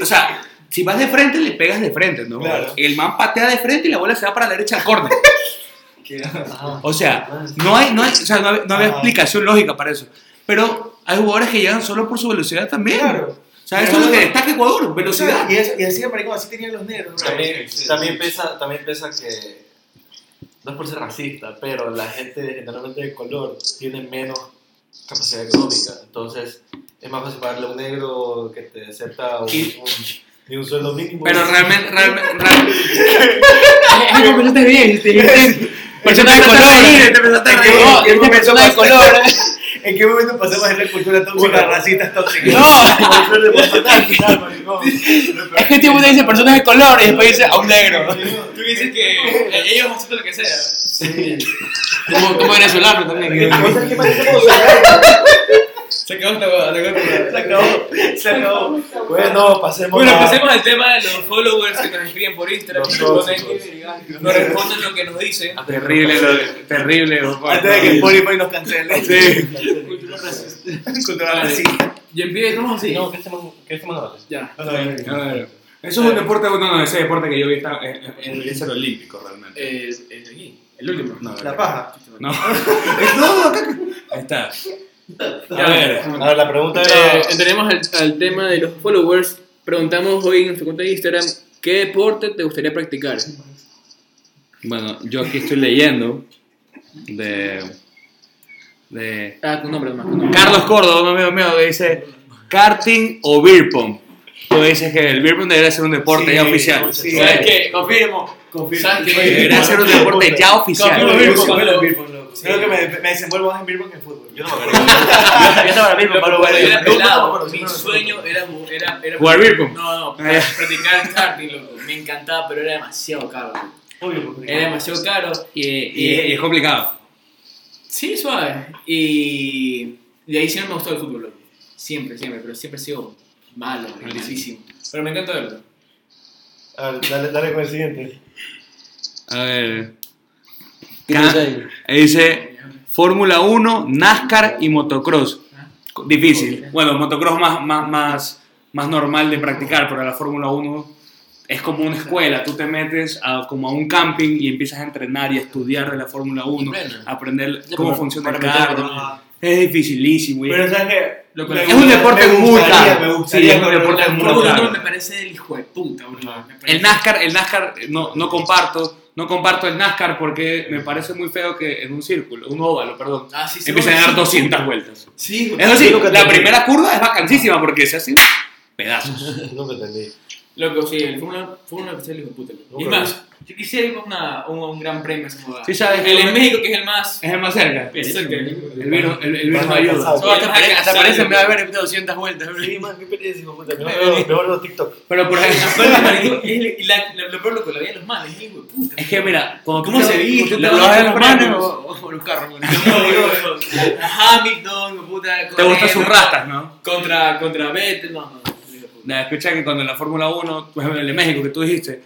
[SPEAKER 1] O sea, si vas de frente, le pegas de frente, ¿no?
[SPEAKER 4] Claro.
[SPEAKER 1] El man patea de frente y la bola se va para la derecha al córner. O sea, no hay, no hay, o sea, no había, no había
[SPEAKER 4] Ajá.
[SPEAKER 1] explicación lógica para eso. Pero hay jugadores que llegan solo por su velocidad también. O
[SPEAKER 4] Claro.
[SPEAKER 1] sea, eso es lo que destaca Ecuador, velocidad.
[SPEAKER 4] Y, eso- y así, marico, así tenían los negros. bro.
[SPEAKER 3] También, también, pesa, también pesa que, no es por ser racista, pero la gente generalmente de color tiene menos capacidad económica. Entonces, es más fácil pagarle a un negro que te acepta un,
[SPEAKER 1] Y-
[SPEAKER 3] un- Ni un sueldo mínimo.
[SPEAKER 1] Pero realmente, realmente, realmente.
[SPEAKER 6] Ah, no, pero estás bien. Te Pues Persona de
[SPEAKER 1] Te
[SPEAKER 6] color.
[SPEAKER 1] empezaste a
[SPEAKER 6] ¿eh?
[SPEAKER 1] reír.
[SPEAKER 6] No, este persona de color. ¿eh?
[SPEAKER 4] ¿En qué momento pasamos de una cultura tóxica, racistas tóxicas?
[SPEAKER 6] No, es que el tipo te dice personas de color y después dice a un negro.
[SPEAKER 2] Tú dices que ellos aceptan lo que sea.
[SPEAKER 6] Como, como venezolano también.
[SPEAKER 2] Se acabó esta huevada, se acabó esta huevada.
[SPEAKER 4] Se acabó, se acabó.
[SPEAKER 3] Bueno, pasemos
[SPEAKER 2] Bueno, pues, eh.
[SPEAKER 3] a-
[SPEAKER 2] pasemos al tema de los followers que nos escriben por Instagram, que
[SPEAKER 3] Los
[SPEAKER 2] nos ponen,
[SPEAKER 3] tóxicos.
[SPEAKER 2] nos responden lo que nos dicen.
[SPEAKER 1] "Ah, Terrible, lo- terrible.
[SPEAKER 4] Antes de que Spotify nos cancele. Cultura racista.
[SPEAKER 2] Y empezamos así.
[SPEAKER 3] No, ¿qué hacemos? ¿Qué hacemos ahora?
[SPEAKER 2] Ya.
[SPEAKER 1] A ver, Eso es un deporte, no, no, ese deporte que yo vi está, es, es- es el olímpico realmente.
[SPEAKER 2] Eh, el de aquí, el último.
[SPEAKER 1] No,
[SPEAKER 4] La paja.
[SPEAKER 1] No, no, acá. Ahí está. A ver,
[SPEAKER 3] A ver, la pregunta
[SPEAKER 2] Eh,
[SPEAKER 3] era.
[SPEAKER 2] entraremos al, al tema de los followers. Preguntamos hoy en nuestra cuenta de Instagram qué deporte te gustaría practicar.
[SPEAKER 1] Bueno, yo aquí estoy leyendo de. de.
[SPEAKER 2] Ah, tu nombre nomás. tu nombre.
[SPEAKER 1] Carlos Córdoba, un amigo mío, que dice: karting o beer pong. Tú dices que el beer pong debería ser un deporte ya oficial.
[SPEAKER 4] sí.
[SPEAKER 2] ¿Sabes qué?
[SPEAKER 4] Confirmo. Confirmo.
[SPEAKER 2] ¿Sabes qué?
[SPEAKER 1] Debería ser un deporte ya oficial.
[SPEAKER 2] Campeón,
[SPEAKER 4] Confirmo,
[SPEAKER 2] Sí.
[SPEAKER 4] confirmo, confirmo, loco. Creo que me, me desenvuelvo más en Birman que en fútbol. Yo no me acuerdo.
[SPEAKER 2] Cuando era
[SPEAKER 4] Yo no me
[SPEAKER 2] pelado,
[SPEAKER 4] acuerdo,
[SPEAKER 2] mi
[SPEAKER 4] sí,
[SPEAKER 2] sueño era, era, era
[SPEAKER 1] ¿Jugar beer pong?
[SPEAKER 2] No, no,
[SPEAKER 1] Ah, ya.
[SPEAKER 2] practicar karting, loco. Me encantaba, pero era demasiado caro.
[SPEAKER 4] Obvio, porque-
[SPEAKER 2] Era demasiado caro.
[SPEAKER 1] Y, y- y es complicado.
[SPEAKER 2] Sí, suave. Y de ahí siempre me gustó el fútbol, loco. Siempre, siempre, pero siempre he sido malo,
[SPEAKER 1] Ah,
[SPEAKER 2] malísimo. Pero me encanta verlo.
[SPEAKER 3] A ver, Dale, dale con el siguiente.
[SPEAKER 1] A ver.
[SPEAKER 6] ¿Qué
[SPEAKER 1] Ca-
[SPEAKER 6] dice ahí?
[SPEAKER 1] ahí dice: Fórmula 1, NASCAR y motocross. Difícil. Bueno, motocross más, más, más, más normal de practicar, pero la Fórmula 1 es como una escuela. Tú te metes a, como a un camping y empiezas a entrenar y a estudiar de la Fórmula 1,
[SPEAKER 6] Aprende.
[SPEAKER 1] aprender
[SPEAKER 6] Ya,
[SPEAKER 1] cómo
[SPEAKER 6] pero-
[SPEAKER 1] funciona el
[SPEAKER 6] para meterme
[SPEAKER 1] carro.
[SPEAKER 6] también.
[SPEAKER 1] Es dificilísimo. y-
[SPEAKER 4] Pero sabes que.
[SPEAKER 2] Lo
[SPEAKER 4] Me
[SPEAKER 2] cual-
[SPEAKER 1] es un
[SPEAKER 4] gusta-
[SPEAKER 1] deporte
[SPEAKER 4] me
[SPEAKER 1] muy
[SPEAKER 4] gustaría,
[SPEAKER 1] caro.
[SPEAKER 4] me gustaría
[SPEAKER 1] Sí, es un
[SPEAKER 4] correr
[SPEAKER 1] deporte
[SPEAKER 4] una
[SPEAKER 1] muy
[SPEAKER 4] Fórmula
[SPEAKER 1] caro.
[SPEAKER 4] Uno.
[SPEAKER 2] no me parece el hijo de puta, boludo. Me parece-
[SPEAKER 1] el NASCAR, el NASCAR eh, no, no comparto. No comparto el NASCAR porque me parece muy feo que en un círculo, un óvalo, perdón,
[SPEAKER 2] Ah, sí, sí,
[SPEAKER 1] empiecen a
[SPEAKER 2] sí.
[SPEAKER 1] dar 200 vueltas.
[SPEAKER 2] Sí, güey.
[SPEAKER 1] Eso sí, la primera curva es vacancísima porque se hace pedazos.
[SPEAKER 3] Nunca entendí.
[SPEAKER 2] Loco, sí, el Fórmula Fórmula es el hijo de puta. loco. Y
[SPEAKER 3] Loco.
[SPEAKER 2] más, yo quisiera ir con una, un, un gran premio a esa jugada.
[SPEAKER 1] Sí, sabes.
[SPEAKER 2] El en México, que es el más.
[SPEAKER 1] Es el más cerca.
[SPEAKER 2] Exacto.
[SPEAKER 1] El virus, el, el virus no ayuda.
[SPEAKER 3] Cansado.
[SPEAKER 6] Hasta parece- Hasta parece que me va a haber hecho 200 vueltas. bro.
[SPEAKER 3] Sí, man, qué pereza, hijo de puta. Me vuelvo- me vuelvo TikTok.
[SPEAKER 1] Pero por
[SPEAKER 2] La
[SPEAKER 1] ejemplo,
[SPEAKER 2] peor, marico, es- y la- lo- lo peor loco, la vida de los manes, es el hijo de puta.
[SPEAKER 1] es que mira, cuando tú
[SPEAKER 2] ¿Cómo
[SPEAKER 1] te-
[SPEAKER 2] se viste?
[SPEAKER 1] tú te
[SPEAKER 2] ¿Te
[SPEAKER 1] vas de
[SPEAKER 2] vas
[SPEAKER 1] los
[SPEAKER 2] a
[SPEAKER 1] manes
[SPEAKER 2] comprar?
[SPEAKER 1] o- o con los carros. güey.
[SPEAKER 2] No, bro, bro. Hamilton, hijo de puta.
[SPEAKER 1] Te
[SPEAKER 2] con
[SPEAKER 1] gustan sus
[SPEAKER 2] él,
[SPEAKER 1] rastas, ¿no?
[SPEAKER 2] Contra, contra Vettel, no, no. el hijo de puta.
[SPEAKER 1] Nah, Escucha que cuando en la Fórmula 1, por ejemplo, en el de México que tú dijiste,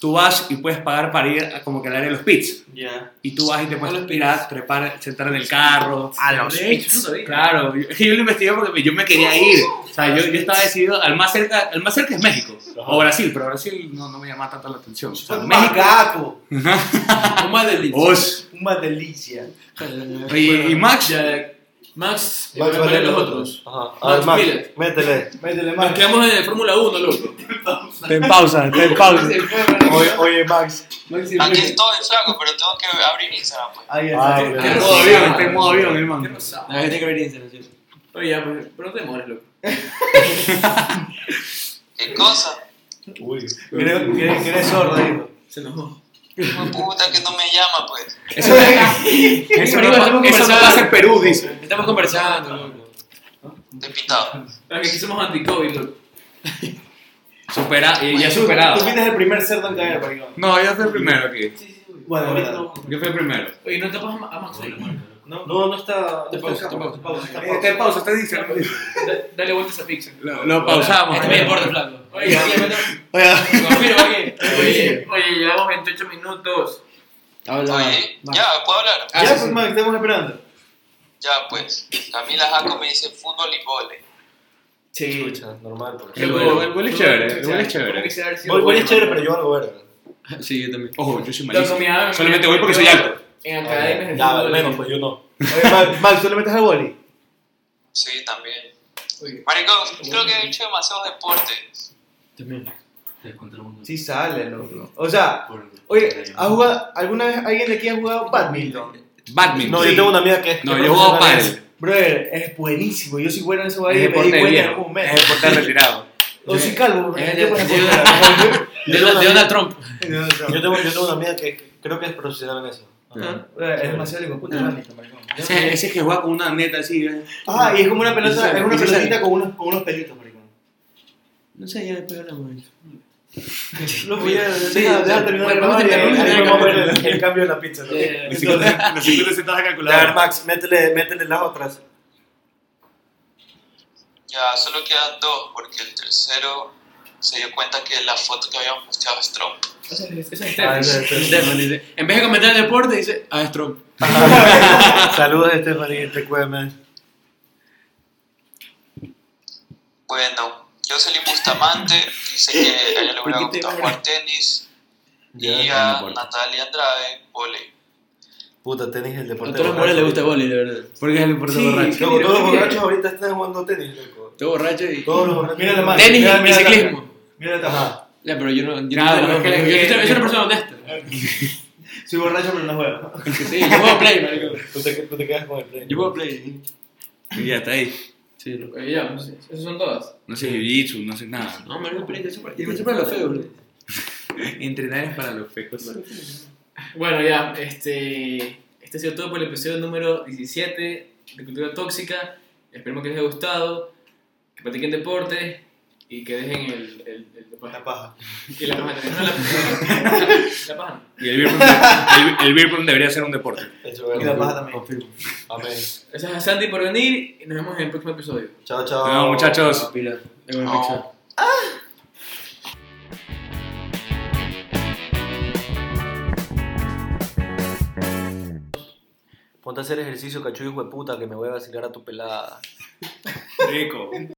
[SPEAKER 1] tú vas y puedes pagar para ir a, como que al área de los pits.
[SPEAKER 4] Ya.
[SPEAKER 1] Y tú vas y te
[SPEAKER 2] los
[SPEAKER 1] puedes ir a trepar, sentar en el
[SPEAKER 2] Ah,
[SPEAKER 1] carro.
[SPEAKER 6] A los
[SPEAKER 2] De hecho, no
[SPEAKER 1] eh.
[SPEAKER 2] sabía.
[SPEAKER 1] Claro, yo, es que yo lo investigué porque me- yo me quería ir. O sea, yo, yo estaba decidido, al más cerca, al más cerca es México. O Brasil, pero Brasil no, no me llama tanto la atención. O sea,
[SPEAKER 4] Un
[SPEAKER 1] México.
[SPEAKER 4] macaco.
[SPEAKER 2] Un más delito.
[SPEAKER 1] Os.
[SPEAKER 4] Una delicia.
[SPEAKER 1] Y, y Max,
[SPEAKER 2] Ya, Max,
[SPEAKER 3] Max,
[SPEAKER 2] ¿cuál es
[SPEAKER 3] vale,
[SPEAKER 2] los
[SPEAKER 3] loco.
[SPEAKER 2] otros.
[SPEAKER 3] Ajá. A
[SPEAKER 2] Max
[SPEAKER 3] ver, Max,
[SPEAKER 2] Miller.
[SPEAKER 3] métele.
[SPEAKER 4] Métele
[SPEAKER 2] Nos
[SPEAKER 4] más.
[SPEAKER 2] quedamos en Fórmula 1, loco.
[SPEAKER 1] ten pausa, ten pausa.
[SPEAKER 3] Oye, oye, Max.
[SPEAKER 5] Aquí estoy, flaco, pero tengo que abrir Instagram, pues.
[SPEAKER 3] Ay,
[SPEAKER 4] Ahí está.
[SPEAKER 3] bro.
[SPEAKER 1] En modo avión, está en modo avión, hermano.
[SPEAKER 2] Qué rosado.
[SPEAKER 6] A ver, tiene que haber Instagram, ¿sí?
[SPEAKER 2] Oye, ya, pues, pero no te demores, loco.
[SPEAKER 5] ¿Qué cosa?
[SPEAKER 3] Uy.
[SPEAKER 4] Creo que que eres sordo, digo.
[SPEAKER 2] Se enojó.
[SPEAKER 5] Hijo de Puta que no me llama, pues.
[SPEAKER 1] Eso, eso no, pa-
[SPEAKER 6] Marico, estamos
[SPEAKER 1] eso no
[SPEAKER 6] conversando.
[SPEAKER 1] pasa en Perú, dice.
[SPEAKER 6] Estamos conversando. loco.
[SPEAKER 5] Te pitado.
[SPEAKER 2] Ah, que aquí somos anti-COVID, loco.
[SPEAKER 1] Supera, y ya
[SPEAKER 4] Tú
[SPEAKER 1] superado.
[SPEAKER 4] fuiste el primer cerdo en caer, maricón.
[SPEAKER 1] No, yo fui el primero aquí.
[SPEAKER 4] Bueno, ahorita no.
[SPEAKER 1] Yo fui el primero.
[SPEAKER 2] Oye, no tapas a Ma- a Max ahí, loco.
[SPEAKER 4] No, no está.
[SPEAKER 6] Te pausa, te pausa.
[SPEAKER 1] Eh, ten pausa, usted dice.
[SPEAKER 2] Da- Dale vueltas a Pixar.
[SPEAKER 1] Lo, lo pausamos.
[SPEAKER 6] Este es mi deporte, flaco.
[SPEAKER 2] Oye, oye, bueno, confirma, oye. Oye, oye, llevamos 28 minutos.
[SPEAKER 5] Oye, ya, ¿puedo hablar?
[SPEAKER 4] Ya, pues, man, estamos esperando.
[SPEAKER 5] Ya, pues. Camila Jaco me dice fútbol y vole.
[SPEAKER 2] Sí.
[SPEAKER 3] Escucha, normal. pero-
[SPEAKER 1] El vuelo- el vuelo es chévere, el vuelo es chévere.
[SPEAKER 3] Voy, voy a chévere, pero yo algo verga.
[SPEAKER 6] Sí, yo también.
[SPEAKER 1] Ojo, yo soy
[SPEAKER 2] Loco,
[SPEAKER 1] malísimo.
[SPEAKER 2] mi madre-
[SPEAKER 1] Solamente voy porque soy alto.
[SPEAKER 2] En academias de
[SPEAKER 3] Ya,
[SPEAKER 2] fútbol,
[SPEAKER 3] menos, pues yo no.
[SPEAKER 4] Oye, Max, Max, ¿tú le metes al boli?
[SPEAKER 5] Sí, también.
[SPEAKER 2] Oye.
[SPEAKER 5] Maricón, creo que he hecho demasiados deportes.
[SPEAKER 7] Te contra un-
[SPEAKER 4] Sí sale, loco. O sea,
[SPEAKER 7] por-
[SPEAKER 4] oye, ¿has jugado, ¿alguna vez alguien de aquí ha jugado badminton?
[SPEAKER 1] Badminton.
[SPEAKER 3] No, yo tengo una amiga que es.
[SPEAKER 1] No,
[SPEAKER 3] que
[SPEAKER 1] yo juego
[SPEAKER 3] profesional
[SPEAKER 1] pádel.
[SPEAKER 3] es-
[SPEAKER 4] Brother, es buenísimo. Yo soy bueno en eso ahí.
[SPEAKER 1] Es
[SPEAKER 4] me di
[SPEAKER 1] deporte
[SPEAKER 4] cuenta en
[SPEAKER 1] viejo.
[SPEAKER 4] algún
[SPEAKER 1] Es
[SPEAKER 4] mes.
[SPEAKER 1] deporte retirado.
[SPEAKER 4] O si calvo.
[SPEAKER 6] Eh,
[SPEAKER 4] ¿qué
[SPEAKER 6] de-
[SPEAKER 4] pasa?
[SPEAKER 6] De Donald- de Donald Trump.
[SPEAKER 3] Yo tengo, yo tengo una amiga que que creo que es profesional en eso.
[SPEAKER 6] Ah.
[SPEAKER 4] Eh, Es demasiado hijo de
[SPEAKER 1] Ah.
[SPEAKER 4] puta, maldito, maricón.
[SPEAKER 1] Ese, ese es que juega con una neta así, ¿eh?
[SPEAKER 4] Ah, y es como una pelota, es una
[SPEAKER 1] Sí, sí.
[SPEAKER 4] pelotita con unos, con unos pelitos, maricón.
[SPEAKER 6] No sé, ya después hablamos.
[SPEAKER 4] No, pues ya,
[SPEAKER 6] Sí,
[SPEAKER 4] deja-
[SPEAKER 6] sí.
[SPEAKER 4] deja terminar
[SPEAKER 6] Bueno,
[SPEAKER 4] la
[SPEAKER 6] vamos
[SPEAKER 4] broma
[SPEAKER 6] a
[SPEAKER 4] y
[SPEAKER 6] terminar,
[SPEAKER 4] ahí
[SPEAKER 6] ya
[SPEAKER 4] vamos a ver el-
[SPEAKER 3] el cambio de la pizza. ¿no?
[SPEAKER 6] Eh,
[SPEAKER 1] Ni siquiera- ni siquiera se estaba
[SPEAKER 3] Ya, a ver,
[SPEAKER 1] calculando.
[SPEAKER 3] Max, métele, métele las otras.
[SPEAKER 5] Ya solo quedan dos porque el tercero se dio cuenta que la foto que habían posteado es Trump.
[SPEAKER 2] Esa es- esa es
[SPEAKER 3] Ah,
[SPEAKER 2] Stephanie.
[SPEAKER 3] ese- ese-
[SPEAKER 6] Stefan dice, en vez de comentar el deporte, dice, ah, es Trump.
[SPEAKER 3] Saludos, Stephanie, este te cueme.
[SPEAKER 5] Bueno, Jocelyn Bustamante dice que a ella le hubiera
[SPEAKER 6] ¿Por qué te
[SPEAKER 5] gustado
[SPEAKER 6] van a-
[SPEAKER 5] jugar tenis y
[SPEAKER 3] Ya,
[SPEAKER 5] a
[SPEAKER 6] no importa.
[SPEAKER 5] Natalia Andrade, volei.
[SPEAKER 3] Puta, tenis es el deporte.
[SPEAKER 6] A todas las mujeres les gusta el boli, de verdad.
[SPEAKER 1] Porque es el puerto borracho.
[SPEAKER 3] Loco, todos los borrachos ahorita están jugando tenis, loco.
[SPEAKER 6] Estoy borracho y...
[SPEAKER 3] Todos los borrachos.
[SPEAKER 4] Mira la mano.
[SPEAKER 6] Tenis
[SPEAKER 4] Mira,
[SPEAKER 6] y- y
[SPEAKER 4] mira,
[SPEAKER 6] ciclismo.
[SPEAKER 4] Mira la taja.
[SPEAKER 3] Ajá.
[SPEAKER 6] Ya, pero yo no... Yo
[SPEAKER 1] Nada,
[SPEAKER 6] no,
[SPEAKER 1] no,
[SPEAKER 6] yo-
[SPEAKER 1] que-
[SPEAKER 6] yo-
[SPEAKER 1] que-
[SPEAKER 6] yo soy una persona honesta.
[SPEAKER 4] Soy borracho, pero no juego.
[SPEAKER 6] Sí, yo juego play, marico.
[SPEAKER 3] Tú te, tú te quedas con el play.
[SPEAKER 6] Yo juego play. eh.
[SPEAKER 1] Y ya está ahí.
[SPEAKER 6] Sí, loco.
[SPEAKER 2] Eh, ya, pues, esas son todas.
[SPEAKER 1] No sé jiu-jitsu, no sé nada.
[SPEAKER 6] No, marico, play, yo siempre- yo siempre lo feo, bro.
[SPEAKER 1] Entrenar es para los fecos.
[SPEAKER 2] Bueno, ya, este. Este ha sido todo por el episodio número 17 de Cultura Tóxica. Esperemos que les haya gustado. Que practiquen deporte y que dejen el. el, el-
[SPEAKER 3] La paja.
[SPEAKER 2] y la paja. No, la, la, la paja. no.
[SPEAKER 1] Y el beer pong- el- el beer pong debería ser un deporte.
[SPEAKER 3] Eso, bueno.
[SPEAKER 4] Y la paja también.
[SPEAKER 3] Amén.
[SPEAKER 2] Gracias a Santi por venir y nos vemos en el próximo episodio.
[SPEAKER 3] Chao, chao.
[SPEAKER 1] No, muchachos.
[SPEAKER 6] Pila. Es una
[SPEAKER 5] No.
[SPEAKER 6] pizza.
[SPEAKER 3] Ponte a hacer ejercicio, cachuyo, hijo de puta, que me voy a vacilar a tu pelada.
[SPEAKER 1] Rico.